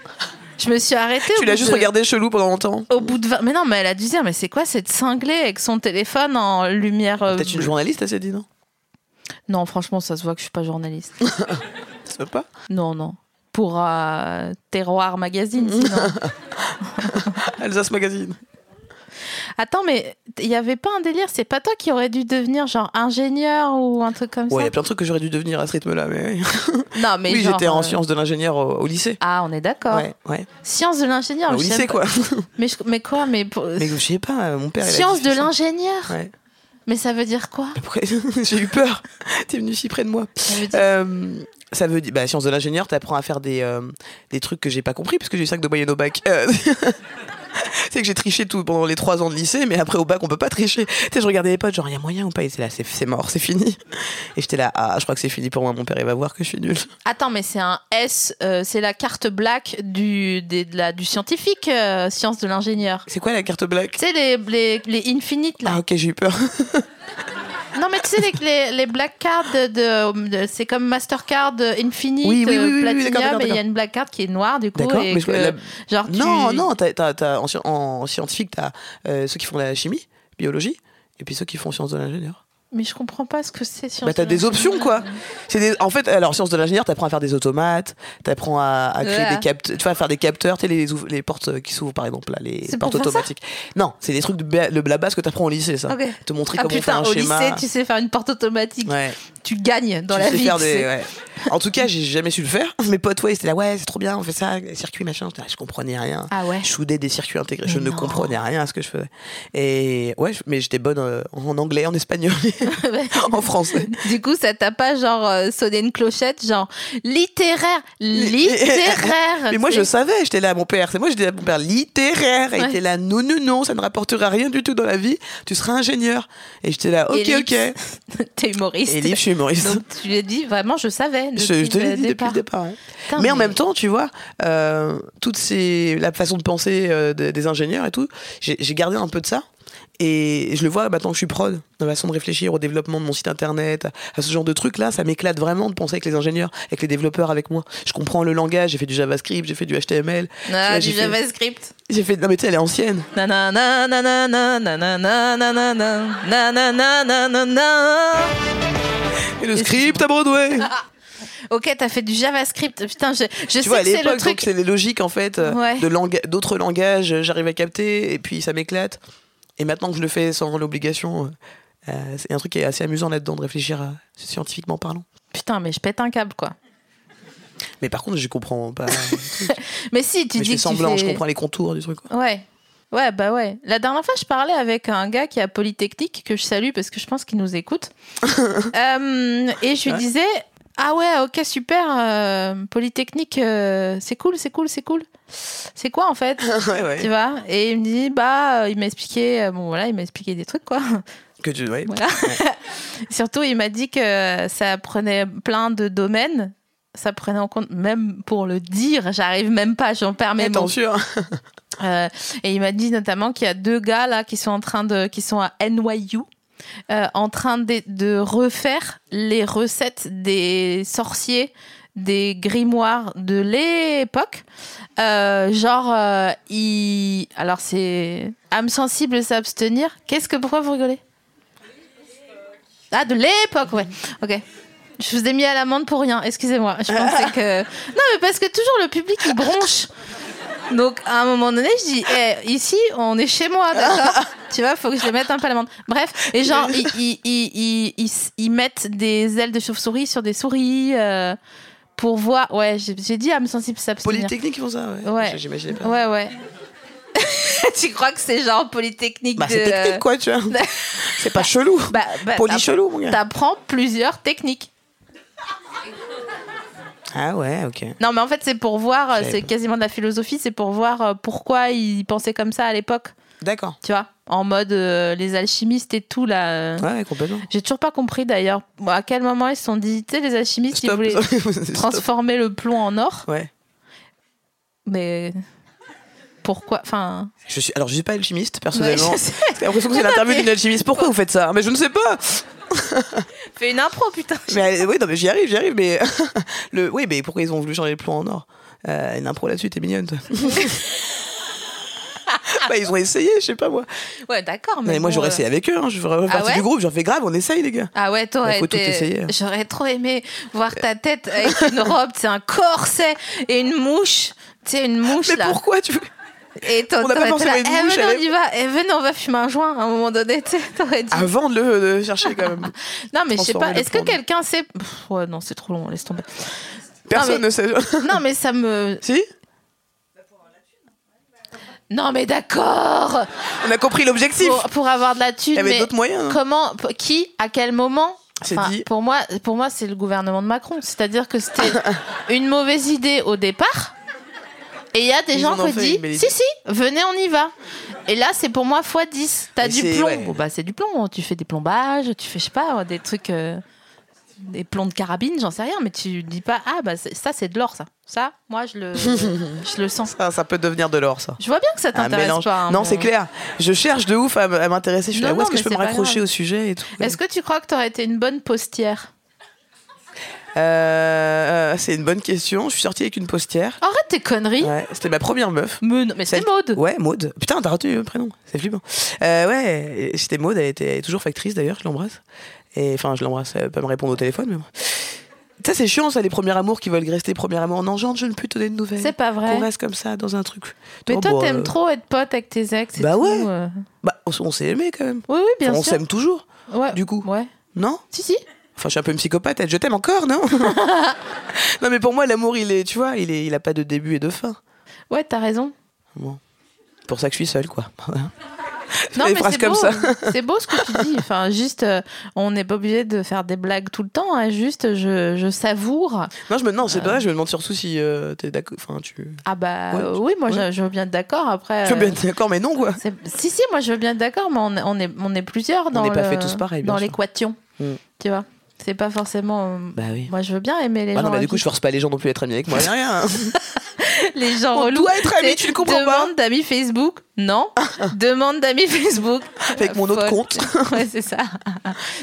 B: je me suis arrêtée
C: Tu
B: au
C: l'as
B: bout
C: juste
B: de-
C: regardé chelou pendant longtemps
B: au bout de 20 mais non mais elle a dû dire mais c'est quoi cette cinglée avec son téléphone en lumière euh,
C: Peut-être une
B: bleue.
C: journaliste, elle s'est dit, non
B: non franchement ça se voit que je suis pas journaliste
C: Ça peut pas
B: non non pour euh, Terroir Magazine sinon.
C: Alsace Magazine.
B: attends mais il y avait pas un délire c'est pas toi qui aurais dû devenir genre ingénieur ou un truc comme
C: Ouais, il y
B: ça
C: a plein de trucs que j'aurais dû devenir à ce rythme-là. Mais...
B: non mais
C: oui,
B: genre,
C: j'étais en
B: euh,
C: sciences de l'ingénieur au, au lycée.
B: ah on est d'accord
C: Ouais, ouais.
B: science de l'ingénieur
C: Bah, au
B: Ah, je sais
C: lycée,
B: pas-
C: quoi.
B: mais, je- mais quoi mais pour-
C: mais je sais pas, euh, mon père. il a
B: Science
C: dit
B: de
C: ça.
B: l'ingénieur
C: Ouais.
B: Mais ça veut dire quoi
C: Bah, pourquoi- J'ai eu peur. T'es venu si près de moi.
B: Ça veut dire-
C: Euh, ça veut dire, bah, sciences de l'ingénieur, t'apprends à faire des, euh, des trucs que j'ai pas compris parce que j'ai eu 5 de moyenne au bac. Euh, c'est que j'ai triché tout pendant les 3 ans de lycée, mais après au bac on peut pas tricher. Tu sais, je regardais les potes, genre y a moyen ou pas, ils étaient là, c'est c'est mort, c'est fini. Et j'étais là, ah, je crois que c'est fini pour moi, mon père il va voir que je suis nul.
B: Attends, mais c'est un S, euh, c'est la carte black du, des- de la, du scientifique, euh, science de l'ingénieur.
C: C'est quoi la carte black
B: Tu sais, les, les, les infinites, là.
C: Ah ok, j'ai eu peur.
B: Non, mais tu sais, les, les, les black cards, de, de- c'est comme Mastercard euh, Infinite,
C: Oui, oui, oui,
B: euh,
C: oui, oui,
B: Platinum,
C: d'accord, d'accord,
B: et il y a une black card qui est noire, du coup.
C: D'accord,
B: et
C: mais je-
B: que-
C: la-
B: genre, tu-
C: Non, non, t'as- t'as- t'as- en, sci- en scientifique, t'as euh, ceux qui font la chimie, biologie, et puis ceux qui font sciences de l'ingénieur.
B: Mais je comprends pas ce que c'est science
C: Bah, t'as
B: de
C: des
B: l'ingénieur.
C: options quoi. C'est des... En fait, alors sciences de l'ingénieur, t'apprends à faire des automates, t'apprends à, à créer
B: Ouais.
C: des capteurs, tu vois, à faire des capteurs, tu sais, les, ouv- les portes euh, qui s'ouvrent par exemple là, les
B: C'est pour
C: portes
B: faire ça
C: automatiques. Non, c'est des trucs de ba- le blabla ce que t'apprends au lycée ça.
B: Ok.
C: Te montrer
B: Ah
C: comment
B: putain,
C: faire un
B: au
C: schéma.
B: lycée, tu sais faire une porte automatique.
C: Ouais.
B: Tu gagnes dans
C: Tu
B: la
C: sais
B: vie.
C: faire
B: tu
C: des-
B: sais.
C: ouais. En tout cas, j'ai jamais su le faire. Mes potes, ouais, c'était là, ouais, c'est trop bien, on fait ça, circuit machin. Putain, Je comprenais rien.
B: Ah ouais
C: Je soudais des circuits intégrés. je
B: Mais
C: ne
B: non.
C: comprenais rien à ce que je faisais. Et ouais, je- mais j'étais bonne euh, en anglais, en espagnol, en français.
B: Du coup, ça t'a pas genre euh, sonné une clochette, genre littéraire, littéraire.
C: Mais moi,
B: tu
C: je
B: sais.
C: savais, j'étais là, mon père. C'est moi, j'étais là, mon père littéraire. Et il
B: Ouais.
C: était là, non, non, non, ça ne rapportera rien du tout dans la vie. Tu seras ingénieur. Et j'étais là, ok,
B: Et
C: ok.
B: Lips, T'es humoriste.
C: Et livre, je suis humoriste.
B: Donc tu l'as dit vraiment, je savais.
C: je,
B: depuis
C: je te l'ai
B: le
C: dit depuis
B: départ.
C: le départ. hein.
B: Putain,
C: mais, en même temps, tu vois, euh, toutes ces, la façon de penser euh, de- des ingénieurs et tout, j'ai j'ai gardé un peu de ça. Et je le vois maintenant que je suis prod, dans la façon de réfléchir au développement de mon site internet, à ce genre de trucs-là, ça m'éclate vraiment de penser avec les ingénieurs, avec les développeurs, avec moi. Je comprends le langage, j'ai fait du JavaScript, j'ai fait du HTML. tu vois,
B: Ah,
C: j'ai
B: du
C: fait-
B: JavaScript.
C: J'ai fait. Non, mais tu sais, elle est ancienne.
B: Nanana, nanana, nanana, nanana, nanana, nanana.
C: Et le script à Broadway
B: Ah, Ok, t'as fait du JavaScript. Putain, je, je sais
C: Tu vois, à
B: que c'est le
C: l'époque, donc,
B: truc.
C: c'est les logiques, en fait, euh,
B: Ouais.
C: de langa- d'autres langages, euh, j'arrive à capter, et puis ça m'éclate. Et maintenant que je le fais sans l'obligation, euh, euh, c'est un truc qui est assez amusant là-dedans, de réfléchir à- scientifiquement parlant.
B: Putain, mais je pète un câble quoi.
C: Mais par contre, je comprends pas.
B: Mais si, tu
C: mais je
B: dis
C: fais
B: que
C: semblant,
B: tu
C: je
B: fais-
C: comprends les contours du truc. quoi.
B: Ouais. Ouais, bah ouais. La dernière fois, je parlais avec un gars qui est à Polytechnique, que je salue parce que je pense qu'il nous écoute. Euh, et je lui
C: Ouais.
B: disais Ah ouais, ok, super, euh, Polytechnique, euh, c'est cool, c'est cool, c'est cool. C'est quoi en fait
C: ouais, ouais.
B: Tu vois Et il me dit Bah, euh, il m'a expliqué, euh, bon voilà, il m'a expliqué des trucs quoi.
C: Que tu... ouais.
B: Voilà. Surtout, il m'a dit que ça prenait plein de domaines. Ça prenait en compte, même pour le dire, j'arrive même pas, j'en perds mes mots.
C: Attention.
B: Euh, et il m'a dit notamment qu'il y a deux gars là qui sont en train de, qui sont à NYU, euh, en train de, de refaire les recettes des sorciers, des grimoires de l'époque. Euh, genre, euh, il- alors c'est âme sensible s'abstenir. Qu'est-ce que pourquoi vous rigolez Ah, de l'époque, ouais. Ok. Je vous ai mis à l'amende pour rien, excusez-moi. Je pensais que. Non, mais parce que toujours le public il bronche. Donc à un moment donné, je dis Eh, ici, on est chez moi, d'accord Tu vois, faut que je le mette un peu à l'amende. Bref, et genre, ils, ils, ils- ils- ils s- ils mettent des ailes de chauve-souris sur des souris euh, pour voir. Ouais, j'ai j'ai dit âme sensible s'abstenir.
C: Polytechnique, ils font ça, ouais.
B: Ouais.
C: J- J'imaginais pas.
B: Ouais, ouais. tu crois que c'est genre polytechnique
C: Bah,
B: de...
C: c'est technique, quoi, tu vois. c'est pas chelou.
B: Bah, bah,
C: Poly
B: t'app-
C: chelou, mon gars.
B: T'apprends plusieurs techniques.
C: Ah ouais, ok.
B: Non, mais en fait, c'est pour voir, euh,
C: Je savais
B: c'est
C: pas.
B: quasiment de la philosophie, c'est pour voir euh, pourquoi ils pensaient comme ça à l'époque,
C: D'accord.
B: tu vois, en mode euh, les alchimistes et tout, là. euh.
C: Ouais, ouais, complètement.
B: J'ai toujours pas compris d'ailleurs à quel moment ils se sont dit, tu sais, les alchimistes, ils voulaient
C: Stop.
B: transformer le plomb en or,
C: Ouais.
B: mais pourquoi. Enfin,
C: Je suis, alors, je suis pas alchimiste, personnellement.
B: Ouais, je sais.
C: J'ai l'impression que c'est l'interview d'une alchimiste. Pourquoi vous faites ça Mais je ne sais pas.
B: fais une impro, putain.
C: Mais euh, oui, non, mais j'y arrive, j'y arrive. Mais le, oui, mais pourquoi ils ont voulu changer le plan en or Euh, Une impro là-dessus, t'es mignonne. toi. Bah, ils ont essayé, je sais pas moi.
B: Ouais, d'accord.
C: Non,
B: Mais
C: mais moi
B: bon,
C: j'aurais
B: euh,
C: essayé avec eux, hein. je ferais partie
B: ouais
C: du groupe, j'en fais grave, on essaye les gars.
B: Ah ouais, t'aurais
C: Il faut tout
B: été-
C: essayer. hein.
B: J'aurais trop aimé voir ta tête avec une robe, c'est un corset et une mouche. Tu sais, une mouche
C: Mais
B: là.
C: pourquoi tu veux
B: Et t'aurais
C: On n'a pas
B: t'aurais-
C: forcément
B: t'aurais-
C: une
B: Eh,
C: mouche,
B: venez,
C: elle
B: on y va. Eh, venez, on va fumer un joint à un moment donné. tu sais, T'aurais dit.
C: Avant de le de chercher quand même.
B: non, mais je sais pas.
C: transformer le
B: Est-ce que
C: plan, non.
B: quelqu'un sait. Pff, ouais, non, c'est trop long, laisse tomber.
C: Personne
B: mais-
C: ne sait.
B: non, mais ça me.
C: si
B: Non, mais d'accord
C: On a compris l'objectif.
B: pour, pour avoir de la thune.
C: Il y avait
B: mais
C: d'autres moyens, hein.
B: Comment, p- qui, à quel moment
C: C'est dit.
B: Pour moi, pour moi c'est le gouvernement de Macron. C'est-à-dire que c'était une mauvaise idée au départ. Et il y a des
C: Ils
B: gens
C: en ont
B: qui
C: fait
B: disent
C: une belle
B: Si,
C: idée.
B: si, venez, on y va. Et là, c'est pour moi x 10. T'as
C: Mais
B: du
C: c'est-
B: plomb.
C: ouais.
B: Bon, bah, c'est du plomb. Tu fais des plombages, tu fais, je sais pas, des trucs. euh, des plombs de carabine, j'en sais rien, mais tu dis pas Ah, bah, c'est- ça, c'est de l'or, ça. Ça, moi, je le, je le sens.
C: Ah, Ça, ça peut devenir de l'or ça.
B: Je vois bien que ça
C: Un mélange.
B: t'intéresse pas. hein,
C: non,
B: mon-
C: c'est clair. Je cherche de ouf à, m- à m'intéresser. Je suis
B: Non,
C: là, où est-ce
B: non,
C: que je
B: mais
C: peux me
B: c'est pas
C: raccrocher
B: grave.
C: au sujet et tout.
B: Est-ce que tu crois que t'aurais été une bonne postière
C: Euh, c'est une bonne question. Je suis sortie avec une postière.
B: Arrête tes conneries.
C: Ouais, c'était ma première meuf.
B: Mais, non, mais c'est
C: Celle-
B: mode.
C: Ouais, Maude. Putain, t'as retenu le prénom. C'est flippant. Euh, ouais, et c'était Maude. Elle, était, elle est toujours factrice d'ailleurs. Je l'embrasse. Et enfin, je l'embrasse. Elle peut pas me répondre au téléphone. Mais... bon. Ça, c'est chiant, ça, les premiers amours qui veulent rester premiers amours. En engendre, je ne peux te donner de nouvelles.
B: C'est pas vrai.
C: Qu'on reste comme ça, dans un truc.
B: Mais
C: Oh,
B: toi,
C: bon,
B: t'aimes
C: euh,
B: trop être pote avec tes ex et
C: Bah
B: tout,
C: ouais.
B: euh.
C: Bah, on, s- on s'est aimé quand même.
B: Oui, oui, bien
C: Enfin, on
B: sûr.
C: s'aime toujours,
B: Ouais.
C: du coup.
B: Ouais.
C: non
B: Si, si.
C: Enfin, je suis un peu une psychopathe. elle, Je t'aime encore, non Non, mais pour moi, l'amour, il est, tu vois, il est, il a pas de début et de fin.
B: Ouais, t'as raison.
C: Bon. C'est Pour ça que je suis seule, quoi.
B: Non,
C: Des
B: mais
C: phrases
B: c'est
C: comme
B: beau.
C: ça.
B: C'est beau ce que tu dis. Enfin, juste, euh, on n'est pas obligé de faire des blagues tout le temps. hein. Juste, je, je savoure.
C: Non, je me, non, c'est pas vrai, je me demande surtout si euh, t'es d'accord. Enfin, tu.
B: Ah bah
C: Ouais,
B: euh,
C: tu-
B: oui, moi,
C: ouais.
B: je, je veux bien être d'accord. Après.
C: Je suis bien
B: euh,
C: d'accord, mais non, quoi.
B: c'est- Si, si, moi, je veux bien être d'accord, mais on, est- on est, on est plusieurs dans
C: n'est pas
B: le-
C: fait tous pareil, bien
B: Dans
C: sûr.
B: l'équation.
C: Mm.
B: Tu vois. C'est pas forcément. euh,
C: Bah oui.
B: Moi, je veux bien aimer les
C: Ah
B: gens.
C: non, bah
B: à
C: du coup,
B: qui-
C: je force pas les gens non plus à être amis avec moi. y a rien. hein.
B: les gens
C: On
B: relous.
C: doit être amis, tu le comprends pas
B: Demande d'amis Facebook, non. Demande d'amis Facebook.
C: Avec mon autre
B: Folle.
C: compte. Euh.
B: ouais, c'est ça.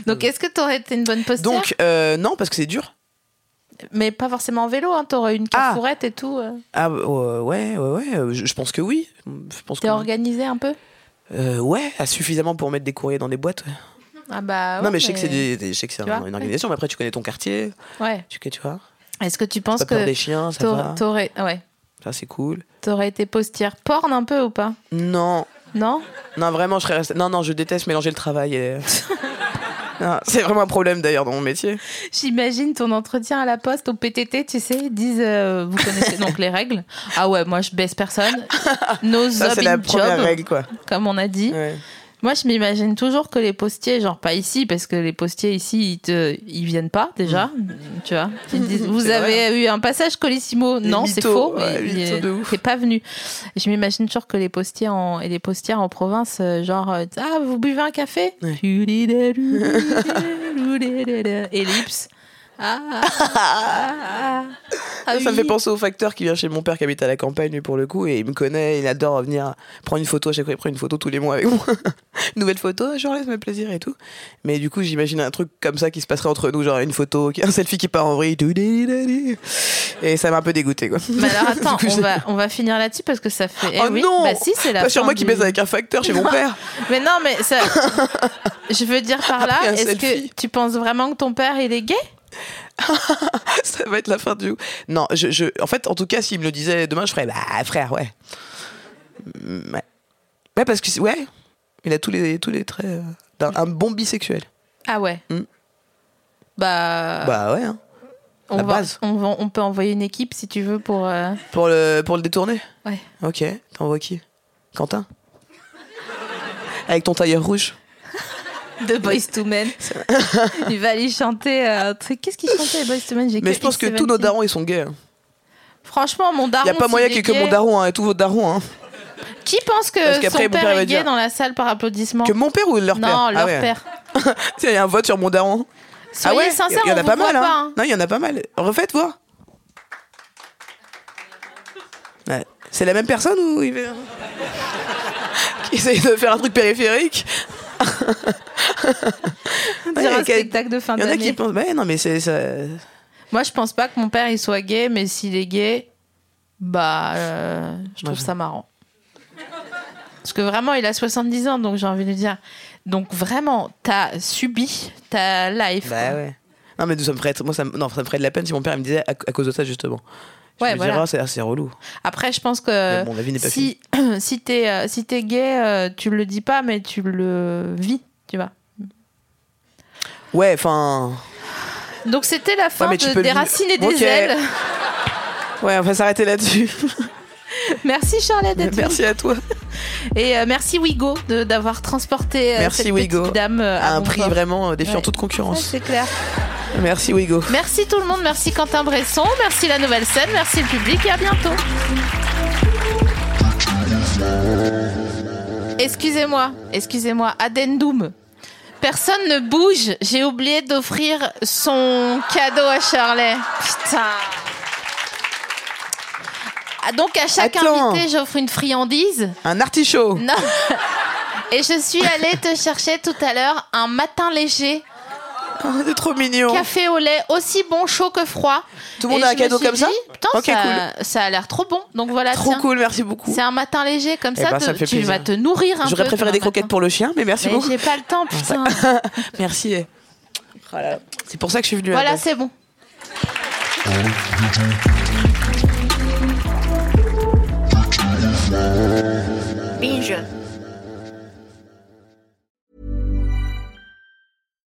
B: Donc, est-ce que t'aurais été une bonne postière
C: Donc, euh, non, parce que c'est dur.
B: Mais pas forcément en vélo, hein. t'aurais une
C: Ah.
B: carrefourette et tout. euh.
C: Ah, euh, ouais, ouais, ouais. euh, Je, je pense que oui. Je pense
B: T'es
C: que-
B: organisé un peu
C: Euh, ouais, ah, suffisamment pour mettre des courriers dans des boîtes. ouais.
B: Ah bah.
C: non,
B: ouais,
C: mais je sais que c'est, des- des- je sais que c'est
B: Tu
C: un-
B: vois
C: une organisation, mais après, tu connais ton quartier.
B: Ouais.
C: Tu, tu vois
B: Est-ce que tu
C: Pas
B: penses
C: peur
B: que
C: des chiens, ça
B: t'aurais-
C: va.
B: t'aurais ouais.
C: Ça, c'est cool.
B: T'aurais été postière porn un peu ou pas
C: Non,
B: Non
C: non, vraiment, je serais restée- Non, non, je déteste mélanger le travail et. Non, c'est vraiment un problème d'ailleurs dans mon métier.
B: J'imagine ton entretien à la poste, au PTT, tu sais, ils disent euh, vous connaissez donc les règles. Ah ouais, moi je baisse personne. No
C: Ça,
B: job
C: c'est la
B: in
C: première
B: job,
C: règle, quoi.
B: comme on a dit.
C: Ouais.
B: Moi, je m'imagine toujours que les postiers, genre pas ici, parce que les postiers ici, ils, te, ils viennent pas déjà, tu vois. Ils disent, vous
C: Mm. C'est
B: avez
C: vrai, hein.
B: eu un passage colissimo.
C: Les
B: non, c'est
C: mythos,
B: faux.
C: ouais,
B: Il-
C: mythos
B: il-
C: de ouf.
B: T'es pas venu. Je m'imagine toujours que les postiers en, et les postières en province, euh, genre, euh, ah, vous buvez un café
C: Ouais.
B: Ellipse. Ah, ah, ah, ah
C: ça me fait
B: oui.
C: penser au facteur qui vient chez mon père qui habite à la campagne, lui, pour le coup, et il me connaît, il adore venir prendre une photo à chaque fois, il prend une photo tous les mois avec moi. Une Nouvelle photo, genre, laisse-moi plaisir et tout. Mais du coup, j'imagine un truc comme ça qui se passerait entre nous, genre une photo, un selfie qui part en vrille, doudidididi. et ça m'a un peu dégoûté, quoi.
B: Mais alors attends,
C: Du coup,
B: on
C: j'ai-
B: va, on va finir là-dessus parce que ça fait. eh
C: Oh
B: oui,
C: non
B: bah si, c'est la
C: Pas sur
B: fin
C: moi qui
B: du-
C: baise avec un facteur chez mon père.
B: Mais non, mais ça. je veux dire par là,
C: Après un
B: est-ce que
C: selfie.
B: tu penses vraiment que ton père il est gay
C: ça va être la fin du. Non, je, je- en fait, en tout cas, s'il me le disait demain, je ferais bah frère, ouais. Mm, Ouais, Ouais, parce que c'est- ouais, il a tous les tous les traits euh, d'un un bon bisexuel.
B: Ah ouais.
C: Hmm.
B: Bah,
C: Bah ouais. hein.
B: on,
C: la
B: va-
C: base.
B: on va- on peut envoyer une équipe si tu veux pour. euh,
C: Pour le pour le détourner.
B: Ouais.
C: Ok. T'envoies qui Quentin. Avec ton tailleur rouge.
B: The Boys to Men. il va aller chanter euh, un truc. Qu'est-ce qu'il chantait, les Boys to Men J'ai
C: Mais je pense que tous nos
B: X17.
C: darons ils sont gays. hein.
B: Franchement, mon daron.
C: Il y a pas
B: s'il
C: moyen
B: est
C: qu'il y ait que
B: gay-
C: mon daron hein, et tous vos darons hein.
B: Qui
C: Parce
B: pense que son
C: qu'après,
B: père,
C: mon père
B: est
C: va
B: gay
C: dire-
B: dans la salle par applaudissement
C: Que mon père ou leur père
B: Non,
C: Ah
B: leur
C: ouais.
B: père.
C: Tiens, il y a un vote sur mon daron.
B: Soyez sincères,
C: il Ah y en
B: on
C: a
B: vous
C: pas
B: voit
C: mal.
B: pas,
C: hein.
B: hein.
C: Non, il y en a pas mal. Refaites voir. Ouais. C'est la même personne ou il veut- qui essaye de faire un truc périphérique
B: On
C: Ouais,
B: dirait hein. un
C: quel-
B: spectacle de fin
C: Il y en a
B: d'année.
C: qui pensent, mais non, mais c'est ça.
B: Moi, je pense pas que mon père il soit gay, mais s'il est gay, bah, euh, je trouve
C: Ouais.
B: ça marrant. Parce que vraiment, il a 70 ans, donc j'ai envie de dire. Donc vraiment, t'as subi ta life.
C: Bah
B: quoi.
C: ouais. Non, mais nous, ça me ferait, moi, ça me, non, ça me ferait de la peine si mon père il me disait à, à cause de ça, justement. Je
B: Ouais,
C: me
B: voilà.
C: dirais, Ah, c'est- ah, c'est relou.
B: Après, je pense que
C: Mais mon avis n'est pas
B: si, si t'es euh, si t'es gay, euh, tu le dis pas, mais tu le vis, tu vois.
C: Ouais, enfin.
B: Donc c'était la fin
C: mais tu peux
B: de
C: le
B: des
C: vivre.
B: racines et des
C: Ok.
B: ailes.
C: Ouais, on va s'arrêter là-dessus.
B: Merci Charlotte d'être venue.
C: Merci à toi.
B: Et euh, merci Wigo de- d'avoir transporté euh,
C: Merci,
B: cette
C: Wigo.
B: petite dame euh,
C: À un
B: bon
C: prix
B: port.
C: vraiment euh, défiant
B: Ouais.
C: toute
B: Ouais,
C: concurrence.
B: c'est clair.
C: Merci, Wigo.
B: Merci tout le monde, merci Quentin Bresson, merci la nouvelle scène, merci le public et à bientôt. Excusez-moi, excusez-moi, addendum. Personne ne bouge, j'ai oublié d'offrir son cadeau à Charlet. Putain. Ah, Donc à chaque
C: Attends.
B: invité, j'offre une friandise.
C: Un artichaut.
B: Non. Et je suis allée te chercher tout à l'heure un matin léger
C: Oh, c'est trop mignon.
B: café au lait aussi bon chaud que froid.
C: Tout le monde
B: Et
C: a un
B: je me
C: cadeau
B: suis
C: comme ça
B: dit, Putain,
C: Ok,
B: ça, ça a l'air trop bon. Donc voilà,
C: Trop
B: tiens.
C: cool, merci beaucoup.
B: C'est un matin léger comme
C: Eh
B: ça,
C: ben,
B: te-
C: ça me fait
B: tu
C: plaisir.
B: vas te nourrir un peu.
C: J'aurais préféré
B: demain
C: des croquettes
B: matin.
C: pour le chien, mais merci
B: Mais
C: beaucoup.
B: j'ai pas le temps, putain.
C: Merci. Oh là là. C'est pour ça que je suis venue. à la
B: voilà,
C: base.
B: c'est bon.